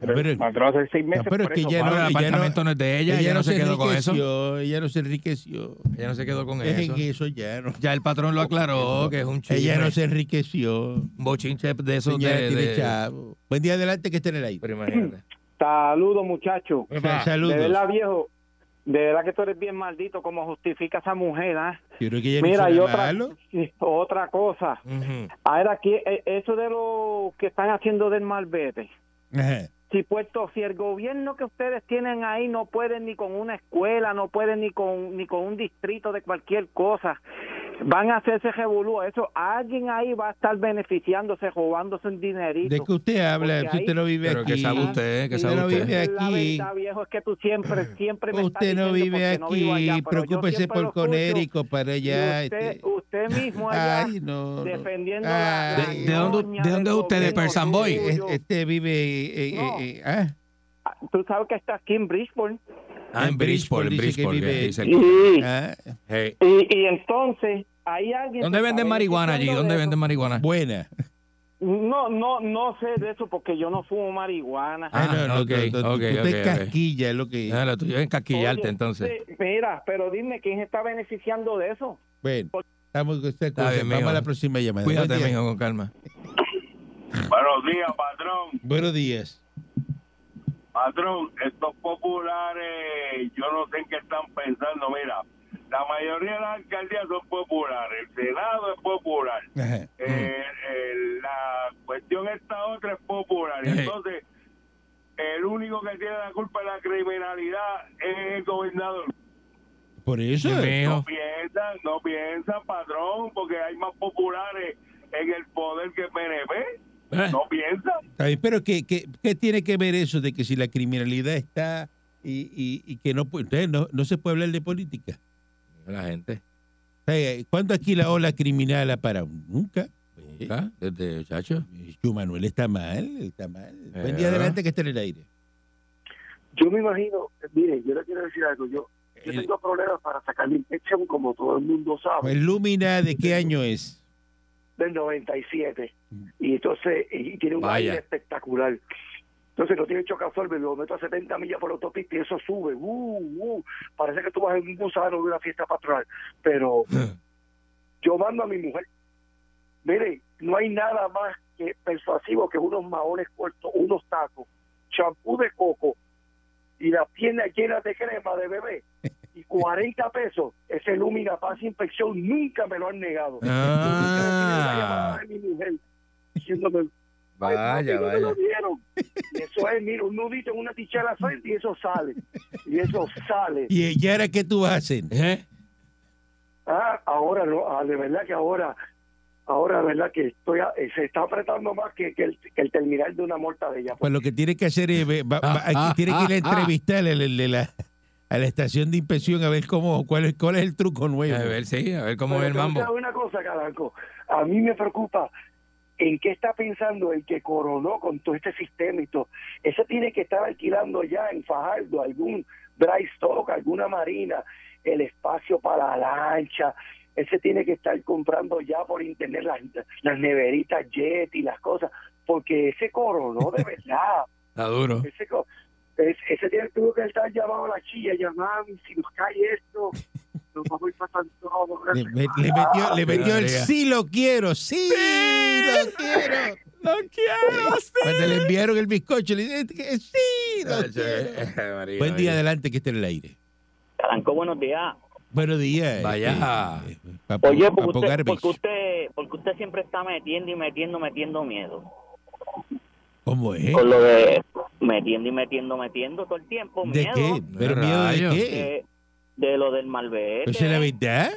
[SPEAKER 3] Pero-
[SPEAKER 6] me atrevo a hacer seis meses
[SPEAKER 3] No, pero
[SPEAKER 6] por
[SPEAKER 3] es que
[SPEAKER 6] eso.
[SPEAKER 3] ya
[SPEAKER 6] pa.
[SPEAKER 4] Ahora el
[SPEAKER 3] no, ella
[SPEAKER 4] apartamento no, es de ella, ella, no se quedó con eso.
[SPEAKER 3] enriqueció, Ella no se enriqueció.
[SPEAKER 4] Ella no se quedó con
[SPEAKER 3] Dejen
[SPEAKER 4] eso.
[SPEAKER 3] eso ya no.
[SPEAKER 4] Ya el patrón lo aclaró, que es un chisme.
[SPEAKER 3] Ella no se enriqueció.
[SPEAKER 4] Un bochinche de esos
[SPEAKER 3] Señora,
[SPEAKER 4] de,
[SPEAKER 3] tiene
[SPEAKER 4] de-
[SPEAKER 3] chavo. Buen día adelante que esté en el aire.
[SPEAKER 4] Pero imagínate.
[SPEAKER 7] Saludos, muchachos.
[SPEAKER 3] O sea, saludos.
[SPEAKER 7] De verdad, viejo. De verdad que tú eres bien maldito, como justifica esa mujer, ¿ah?
[SPEAKER 3] Yo creo que ella no hizo
[SPEAKER 7] Mira, y
[SPEAKER 3] nada
[SPEAKER 7] otra,
[SPEAKER 3] malo.
[SPEAKER 7] otra cosa.
[SPEAKER 4] Ujú.
[SPEAKER 7] Ahora, aquí, eh, eso de lo que están haciendo del malvete.
[SPEAKER 3] Ajá.
[SPEAKER 7] Si, puesto, si el gobierno que ustedes tienen ahí no pueden ni con una escuela, no pueden ni con, ni con un distrito de cualquier cosa, van a hacerse revolú. Eso, alguien ahí va a estar beneficiándose, robándose un dinerito.
[SPEAKER 3] ¿De qué usted habla?
[SPEAKER 7] Porque
[SPEAKER 3] Si usted
[SPEAKER 7] ahí-
[SPEAKER 3] no vive
[SPEAKER 4] Pero
[SPEAKER 3] aquí.
[SPEAKER 4] que sabe usted, que
[SPEAKER 7] Sí,
[SPEAKER 4] sabe
[SPEAKER 3] no
[SPEAKER 4] usted.
[SPEAKER 3] vive
[SPEAKER 7] La
[SPEAKER 3] aquí.
[SPEAKER 7] verdad, viejo, es que tú siempre, siempre me
[SPEAKER 3] Usted
[SPEAKER 7] estás
[SPEAKER 3] no
[SPEAKER 7] diciendo
[SPEAKER 3] vive
[SPEAKER 7] porque no vivo allá,
[SPEAKER 3] aquí.
[SPEAKER 7] pero yo
[SPEAKER 3] Preocúpese
[SPEAKER 7] siempre lo
[SPEAKER 3] por
[SPEAKER 7] escucho
[SPEAKER 3] Conérico para
[SPEAKER 7] y
[SPEAKER 3] allá.
[SPEAKER 7] usted,
[SPEAKER 3] este.
[SPEAKER 7] usted mismo allá
[SPEAKER 3] Ay, no. no.
[SPEAKER 7] defendiendo
[SPEAKER 3] Ay.
[SPEAKER 7] la, la
[SPEAKER 4] ¿De- de dónde-
[SPEAKER 7] ñoña
[SPEAKER 4] de dónde
[SPEAKER 7] del
[SPEAKER 4] usted, de
[SPEAKER 7] gobierno
[SPEAKER 4] Persan Boy?
[SPEAKER 3] Eh,
[SPEAKER 7] tuyo.
[SPEAKER 3] Este vive. eh, eh,
[SPEAKER 7] No.
[SPEAKER 3] eh, ah,
[SPEAKER 7] Tú sabes que está aquí en Bridgeport.
[SPEAKER 4] Ah, en Bridgeport, en
[SPEAKER 3] dice que
[SPEAKER 4] Bridgeport.
[SPEAKER 3] vive-
[SPEAKER 4] que dice el-
[SPEAKER 7] Y,
[SPEAKER 3] ah,
[SPEAKER 4] Hey.
[SPEAKER 7] y, y entonces, ahí alguien...
[SPEAKER 4] ¿Dónde
[SPEAKER 7] se
[SPEAKER 4] venden
[SPEAKER 7] está
[SPEAKER 4] marihuana allí?
[SPEAKER 7] beneficiando
[SPEAKER 4] ¿Dónde
[SPEAKER 7] de eso.
[SPEAKER 4] venden marihuana?
[SPEAKER 3] buena.
[SPEAKER 7] No, no, no sé de eso porque yo no fumo marihuana.
[SPEAKER 4] Ah,
[SPEAKER 3] no, no,
[SPEAKER 4] ok,
[SPEAKER 3] no, no,
[SPEAKER 4] ok,
[SPEAKER 3] usted
[SPEAKER 4] ok, ok.
[SPEAKER 3] casquilla es lo que.
[SPEAKER 4] Ah, lo tuyo es encaquillarte,
[SPEAKER 7] Oye, este-
[SPEAKER 4] entonces.
[SPEAKER 7] sí, Mira, pero dime, ¿quién se está beneficiando de eso?
[SPEAKER 3] Bueno, estamos con esta cosa.
[SPEAKER 4] bien,
[SPEAKER 3] Vamos
[SPEAKER 4] mijo.
[SPEAKER 3] a la próxima llamada.
[SPEAKER 4] Cuídate,
[SPEAKER 3] Buen día.
[SPEAKER 4] mijo, con calma.
[SPEAKER 8] Buenos días, patrón.
[SPEAKER 3] Buenos días.
[SPEAKER 8] Patrón, estos populares, yo no sé en qué están pensando. Mira, la mayoría de las alcaldías son populares, el Senado es popular.
[SPEAKER 3] Ajá.
[SPEAKER 8] Eh, eh, la cuestión esta otra es popular. Y
[SPEAKER 4] Ey.
[SPEAKER 8] Entonces, el único que tiene la culpa de la criminalidad es el gobernador.
[SPEAKER 3] Por eso.
[SPEAKER 4] Sí,
[SPEAKER 8] No
[SPEAKER 4] mijo.
[SPEAKER 8] piensan, no piensan, patrón, porque hay más populares en el poder que PNP.
[SPEAKER 4] Eh,
[SPEAKER 8] No piensan.
[SPEAKER 3] Está bien, Pero ¿qué, qué, qué tiene que ver eso de que si la criminalidad está y, y- y que no, pu- entonces no, no se puede hablar de política?
[SPEAKER 4] La gente.
[SPEAKER 3] O sea, ¿Cuándo aquí la ola criminal ha parado? Nunca.
[SPEAKER 4] ¿Ah? Desde, chacho.
[SPEAKER 3] Eh, Chu Manuel está mal, está mal. Buen
[SPEAKER 4] Eh.
[SPEAKER 3] día adelante que esté en el aire.
[SPEAKER 9] Yo me imagino, mire, yo le quiero decir algo, yo, yo
[SPEAKER 3] El, Pues
[SPEAKER 9] tengo problemas para sacar mi infección, como todo el mundo sabe,
[SPEAKER 3] el Lumina, ¿de qué año es?
[SPEAKER 9] del 97. Y entonces, y tiene un
[SPEAKER 4] Vaya.
[SPEAKER 9] aire espectacular. Entonces no tiene chocasolve, lo meto a 70 millas por autopista y eso sube. Uh, uh. Parece que tú vas en un gusano de una fiesta patronal. Pero yo mando a mi mujer. Mire, no hay nada más que persuasivo que unos maones cortos, unos tacos, champú de coco y las piernas llenas de crema de bebé y 40 pesos. Ese Lumina Paz Inspección nunca me lo han negado.
[SPEAKER 4] Ah.
[SPEAKER 9] Ay, mi mujer, diciéndome, "Ay, papi,
[SPEAKER 4] Vaya,
[SPEAKER 9] no me
[SPEAKER 4] vaya.
[SPEAKER 9] lo dieron. Y eso es, mira, un nudito en una tichera frente y eso sale. Y eso sale.
[SPEAKER 3] ¿Y, y ahora qué tú haces?
[SPEAKER 4] ¿Eh?
[SPEAKER 9] Ah, ahora no, ah, de verdad que ahora, ahora de verdad que estoy, a- eh, se está apretando más que, que el, que el terminal de una mortadella.
[SPEAKER 3] Pues lo que tiene que hacer es, ve- va- va-
[SPEAKER 4] Ah, ah,
[SPEAKER 3] tiene que ir a
[SPEAKER 4] ah, ah.
[SPEAKER 3] entrevistar al- al de la, a la estación de inspección a ver cómo, cuál es, cuál es el truco
[SPEAKER 4] A
[SPEAKER 3] nuevo.
[SPEAKER 4] ver, sí, a ver cómo
[SPEAKER 9] Pero
[SPEAKER 4] es el
[SPEAKER 9] te voy a
[SPEAKER 4] mambo.
[SPEAKER 9] decir una cosa, Caranco. A mí me preocupa en qué está pensando el que coronó con todo este sistema y todo. Ese tiene que estar alquilando ya en Fajardo algún dry stock, alguna marina, el espacio para la lancha. Ese tiene que estar comprando ya por internet las, las neveritas jet y las cosas, porque ese coronó de verdad.
[SPEAKER 4] Está duro.
[SPEAKER 9] ese, co- es- ese tiene tuvo que estar llamado a la chilla, llamado, si nos cae esto, Santo, vamos a ir para Santo. vamos a-
[SPEAKER 3] Le, met- le metió, le metió el
[SPEAKER 4] María.
[SPEAKER 3] sí lo quiero, sí, lo quiero.
[SPEAKER 5] ¡No quiero!
[SPEAKER 3] Cuando le enviaron el bizcocho, le dije, "Eh, sí, lo quiero.
[SPEAKER 4] eh, María,
[SPEAKER 3] Buen día, adelante, que esté en el aire.
[SPEAKER 10] Caranco, buenos días.
[SPEAKER 3] Buenos días.
[SPEAKER 4] Vaya.
[SPEAKER 3] este, eh, Papo,
[SPEAKER 10] Oye, porque
[SPEAKER 3] Papo
[SPEAKER 10] usted,
[SPEAKER 3] Garbage.
[SPEAKER 10] porque, usted, porque usted siempre está metiendo y metiendo, metiendo miedo.
[SPEAKER 3] ¿Cómo es?
[SPEAKER 10] Con lo de metiendo y metiendo, metiendo todo el tiempo,
[SPEAKER 3] ¿De
[SPEAKER 10] miedo. Eh,
[SPEAKER 3] qué? ¿Pero miedo de
[SPEAKER 4] Rayos.
[SPEAKER 3] qué?
[SPEAKER 10] De, de lo del malvete.
[SPEAKER 3] Pues es la verdad.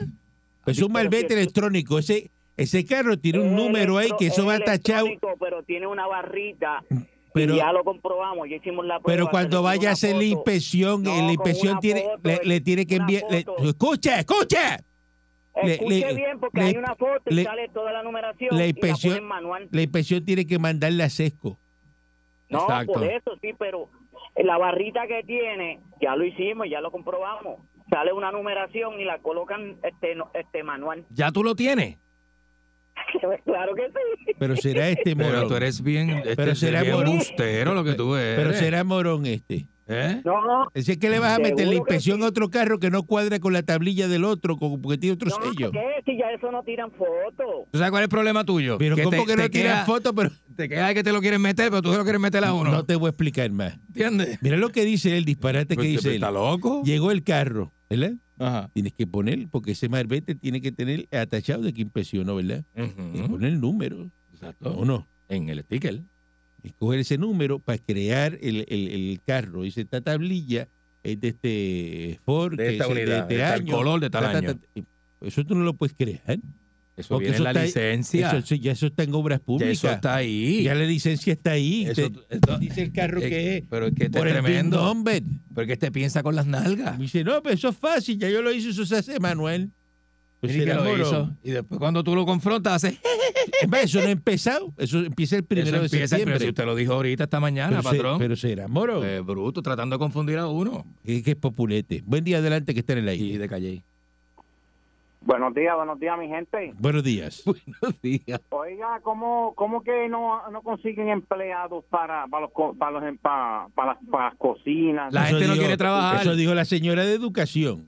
[SPEAKER 3] Pues es
[SPEAKER 10] eh, Pero
[SPEAKER 3] un malvete
[SPEAKER 10] si es-
[SPEAKER 3] electrónico. Ese, ese carro tiene un número ahí que eso va
[SPEAKER 10] Es
[SPEAKER 3] tachado.
[SPEAKER 10] electrónico, Pero tiene una barrita.
[SPEAKER 3] Pero-
[SPEAKER 10] y ya lo comprobamos, ya hicimos la prueba.
[SPEAKER 3] Pero
[SPEAKER 10] se
[SPEAKER 3] cuando
[SPEAKER 10] le
[SPEAKER 3] vaya a
[SPEAKER 10] toma
[SPEAKER 3] hacer
[SPEAKER 10] una
[SPEAKER 3] la
[SPEAKER 10] foto.
[SPEAKER 3] inspección, eh,
[SPEAKER 10] No,
[SPEAKER 3] la
[SPEAKER 10] con
[SPEAKER 3] inspección
[SPEAKER 10] una
[SPEAKER 3] tiene,
[SPEAKER 10] foto,
[SPEAKER 3] le, le tiene que
[SPEAKER 10] una
[SPEAKER 3] enviar. le-
[SPEAKER 10] foto.
[SPEAKER 3] escucha, escucha. le-
[SPEAKER 10] Escuche
[SPEAKER 3] le-
[SPEAKER 10] bien, porque
[SPEAKER 3] le-
[SPEAKER 10] hay una foto y
[SPEAKER 3] le-
[SPEAKER 10] sale toda la numeración.
[SPEAKER 3] la
[SPEAKER 10] y
[SPEAKER 3] inspección-
[SPEAKER 10] ponen manual.
[SPEAKER 3] La inspección tiene que mandarle a Sesco.
[SPEAKER 10] No,
[SPEAKER 4] Exacto.
[SPEAKER 10] por eso sí, pero la barrita que tiene, ya lo hicimos, ya lo comprobamos. Sale una numeración y la colocan este no- este manual.
[SPEAKER 4] Ya tú lo tienes.
[SPEAKER 10] claro que sí.
[SPEAKER 3] Pero será este
[SPEAKER 4] Pero
[SPEAKER 3] morón.
[SPEAKER 4] tú eres bien, este,
[SPEAKER 3] Pero será
[SPEAKER 4] bien
[SPEAKER 3] por-
[SPEAKER 4] embustero lo que tú eres.
[SPEAKER 3] Pero será morón este.
[SPEAKER 4] ¿Eh?
[SPEAKER 10] No,
[SPEAKER 3] Es decir, que le vas a meter la
[SPEAKER 10] Seguro que
[SPEAKER 3] inspección a otro carro que no cuadra con la tablilla del otro, con- porque tiene otro
[SPEAKER 10] no,
[SPEAKER 3] sello.
[SPEAKER 10] ¿qué? Si ya eso no tiran fotos.
[SPEAKER 4] ¿Tú sabes cuál es el problema tuyo?
[SPEAKER 3] Pero
[SPEAKER 4] que
[SPEAKER 3] ¿cómo
[SPEAKER 4] te-
[SPEAKER 3] que no
[SPEAKER 4] te
[SPEAKER 3] tiras
[SPEAKER 4] queda-
[SPEAKER 3] fotos? Pero
[SPEAKER 4] Te queda que te lo quieren meter, pero tú se lo quieres meter a uno.
[SPEAKER 3] no te voy a explicar más.
[SPEAKER 4] ¿Entiendes?
[SPEAKER 3] Mira lo que dice él, disparate que
[SPEAKER 4] Pero- Pues, pero
[SPEAKER 3] dice él.
[SPEAKER 4] ¿Está loco?
[SPEAKER 3] Llegó el carro, ¿verdad?
[SPEAKER 4] Ajá.
[SPEAKER 3] Tienes que poner, porque ese marbete tiene que tener atachado de que impresionó, ¿verdad? Y
[SPEAKER 4] Ujú.
[SPEAKER 3] poner el número, ¿o
[SPEAKER 4] Exacto.
[SPEAKER 3] no?
[SPEAKER 4] En el sticker.
[SPEAKER 3] escoger ese número para crear el, el- el carro. Dice, esta tablilla es de este Ford,
[SPEAKER 4] De
[SPEAKER 3] que
[SPEAKER 4] esta
[SPEAKER 3] es este
[SPEAKER 4] unidad, de tal color, de tal año.
[SPEAKER 3] Eso tú no lo puedes crear.
[SPEAKER 4] Eso
[SPEAKER 3] Porque eso
[SPEAKER 4] viene en la
[SPEAKER 3] está ahí.
[SPEAKER 4] licencia.
[SPEAKER 3] Eso, eso- ya eso está en obras
[SPEAKER 4] ah. Ya
[SPEAKER 3] públicas.
[SPEAKER 4] eso está ahí.
[SPEAKER 3] Ya la licencia está ahí.
[SPEAKER 4] Eso-
[SPEAKER 3] Te-
[SPEAKER 4] esto-
[SPEAKER 3] dice el carro
[SPEAKER 4] Eh,
[SPEAKER 3] que es.
[SPEAKER 4] Pero es que este
[SPEAKER 3] Por
[SPEAKER 4] es
[SPEAKER 3] el VIN
[SPEAKER 4] tremendo.
[SPEAKER 3] number.
[SPEAKER 4] Porque este piensa con las nalgas.
[SPEAKER 3] Me dice, no, pero eso es fácil, ya yo lo hice, eso se hace Manuel. Pues
[SPEAKER 4] Mira que
[SPEAKER 3] será
[SPEAKER 4] lo
[SPEAKER 3] morón.
[SPEAKER 4] hizo. Y después cuando tú lo confrontas, hace.
[SPEAKER 3] Es más, eso no ha empezado, eso empieza el
[SPEAKER 4] Eso
[SPEAKER 3] primero de
[SPEAKER 4] empieza, pero
[SPEAKER 3] septiembre.
[SPEAKER 4] si usted lo dijo ahorita esta mañana,
[SPEAKER 3] pero, se-
[SPEAKER 4] patrón.
[SPEAKER 3] pero será moro,
[SPEAKER 4] Eh, bruto, tratando de confundir a uno.
[SPEAKER 3] es que es populete. Buen día adelante que está en el aire.
[SPEAKER 4] Y de calle.
[SPEAKER 7] Buenos días, buenos días, mi gente.
[SPEAKER 3] Buenos días.
[SPEAKER 7] Oiga, ¿cómo, cómo que no, no consiguen empleados para, para, los, co- para, los, para, para las, para las cocinas?
[SPEAKER 4] La
[SPEAKER 3] Eso
[SPEAKER 4] gente no
[SPEAKER 3] dijo-
[SPEAKER 4] quiere trabajar.
[SPEAKER 3] Eso dijo la señora de educación.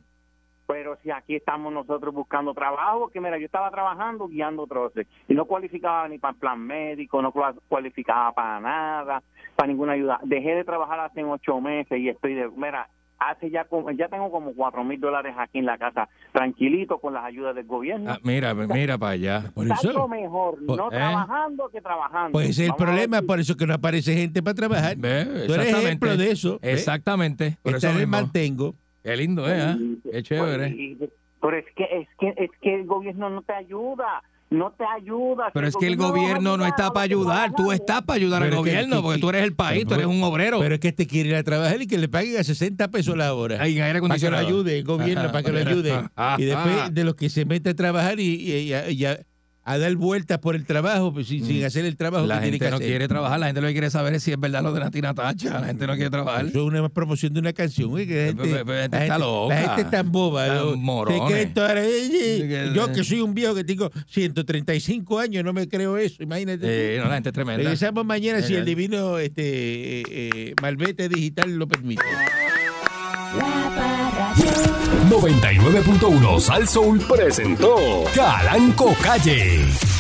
[SPEAKER 7] Pero si aquí estamos nosotros buscando trabajo, que mira, yo estaba trabajando guiando troces y no cualificaba ni para el plan médico, no cua- cualificaba para nada, para ninguna ayuda. Dejé de trabajar hace ocho meses y estoy de, mira, hace ya como- ya tengo como cuatro mil dólares aquí en la casa, tranquilito con las ayudas del gobierno.
[SPEAKER 4] Ah, mira, mira para allá.
[SPEAKER 3] Por
[SPEAKER 7] Tanto
[SPEAKER 3] eso.
[SPEAKER 7] mejor
[SPEAKER 3] Pues,
[SPEAKER 7] no
[SPEAKER 4] ¿eh?
[SPEAKER 7] trabajando que trabajando.
[SPEAKER 3] Pues ese es el
[SPEAKER 7] Vamos a ver
[SPEAKER 3] problema,
[SPEAKER 7] si-
[SPEAKER 3] por eso que no aparece gente para trabajar.
[SPEAKER 4] Ve,
[SPEAKER 3] Tú eres ejemplo de eso. ¿ves?
[SPEAKER 4] Exactamente. Por
[SPEAKER 3] Está
[SPEAKER 4] eso
[SPEAKER 3] en el
[SPEAKER 4] mismo.
[SPEAKER 3] mantengo.
[SPEAKER 4] Qué lindo, ¿eh? ah? Qué
[SPEAKER 7] Pues,
[SPEAKER 4] chévere.
[SPEAKER 7] y- Pero es que, es que es que el gobierno no te ayuda, no te ayuda.
[SPEAKER 4] Pero es que el gobierno no está para ayudar. Tú estás para ayudar al
[SPEAKER 3] Pero es que-
[SPEAKER 4] gobierno, porque tú eres el país, tú eres un obrero.
[SPEAKER 3] Pero es que este quiere ir a trabajar y que le paguen a 60 pesos la hora.
[SPEAKER 4] Ahí en aire
[SPEAKER 3] Para que lo
[SPEAKER 4] acondicionado. Ah,
[SPEAKER 3] ayude el gobierno,
[SPEAKER 4] Ajá.
[SPEAKER 3] para que lo ayude.
[SPEAKER 4] Ajá.
[SPEAKER 3] Y después de los que se mete a trabajar y, y- y a, y a- a dar vueltas por el trabajo, pues, sin,
[SPEAKER 4] Mm.
[SPEAKER 3] sin hacer el trabajo
[SPEAKER 4] La
[SPEAKER 3] que tiene que
[SPEAKER 4] gente no
[SPEAKER 3] hacer.
[SPEAKER 4] quiere trabajar, la gente lo que quiere saber es si es verdad lo de la tina tacha. La gente no quiere trabajar.
[SPEAKER 3] Eso es una promoción de una canción. güey, que la
[SPEAKER 4] Pe- pe-
[SPEAKER 3] gente,
[SPEAKER 4] pe- la
[SPEAKER 3] la
[SPEAKER 4] gente
[SPEAKER 3] gente-
[SPEAKER 4] está loca.
[SPEAKER 3] La gente es tan boba.
[SPEAKER 4] Están
[SPEAKER 3] ¿no?
[SPEAKER 4] morones.
[SPEAKER 3] Se creen todas las-
[SPEAKER 4] que-
[SPEAKER 3] Yo que soy un viejo que tengo 135 años, no me creo eso. Imagínate.
[SPEAKER 4] Eh, no, la gente es tremenda.
[SPEAKER 3] Regresamos mañana si el
[SPEAKER 4] Genial.
[SPEAKER 3] divino este, eh, eh, malvete digital lo permite.
[SPEAKER 2] La Parradio.
[SPEAKER 1] 99.1 Sal Soul presentó Calanco Calle.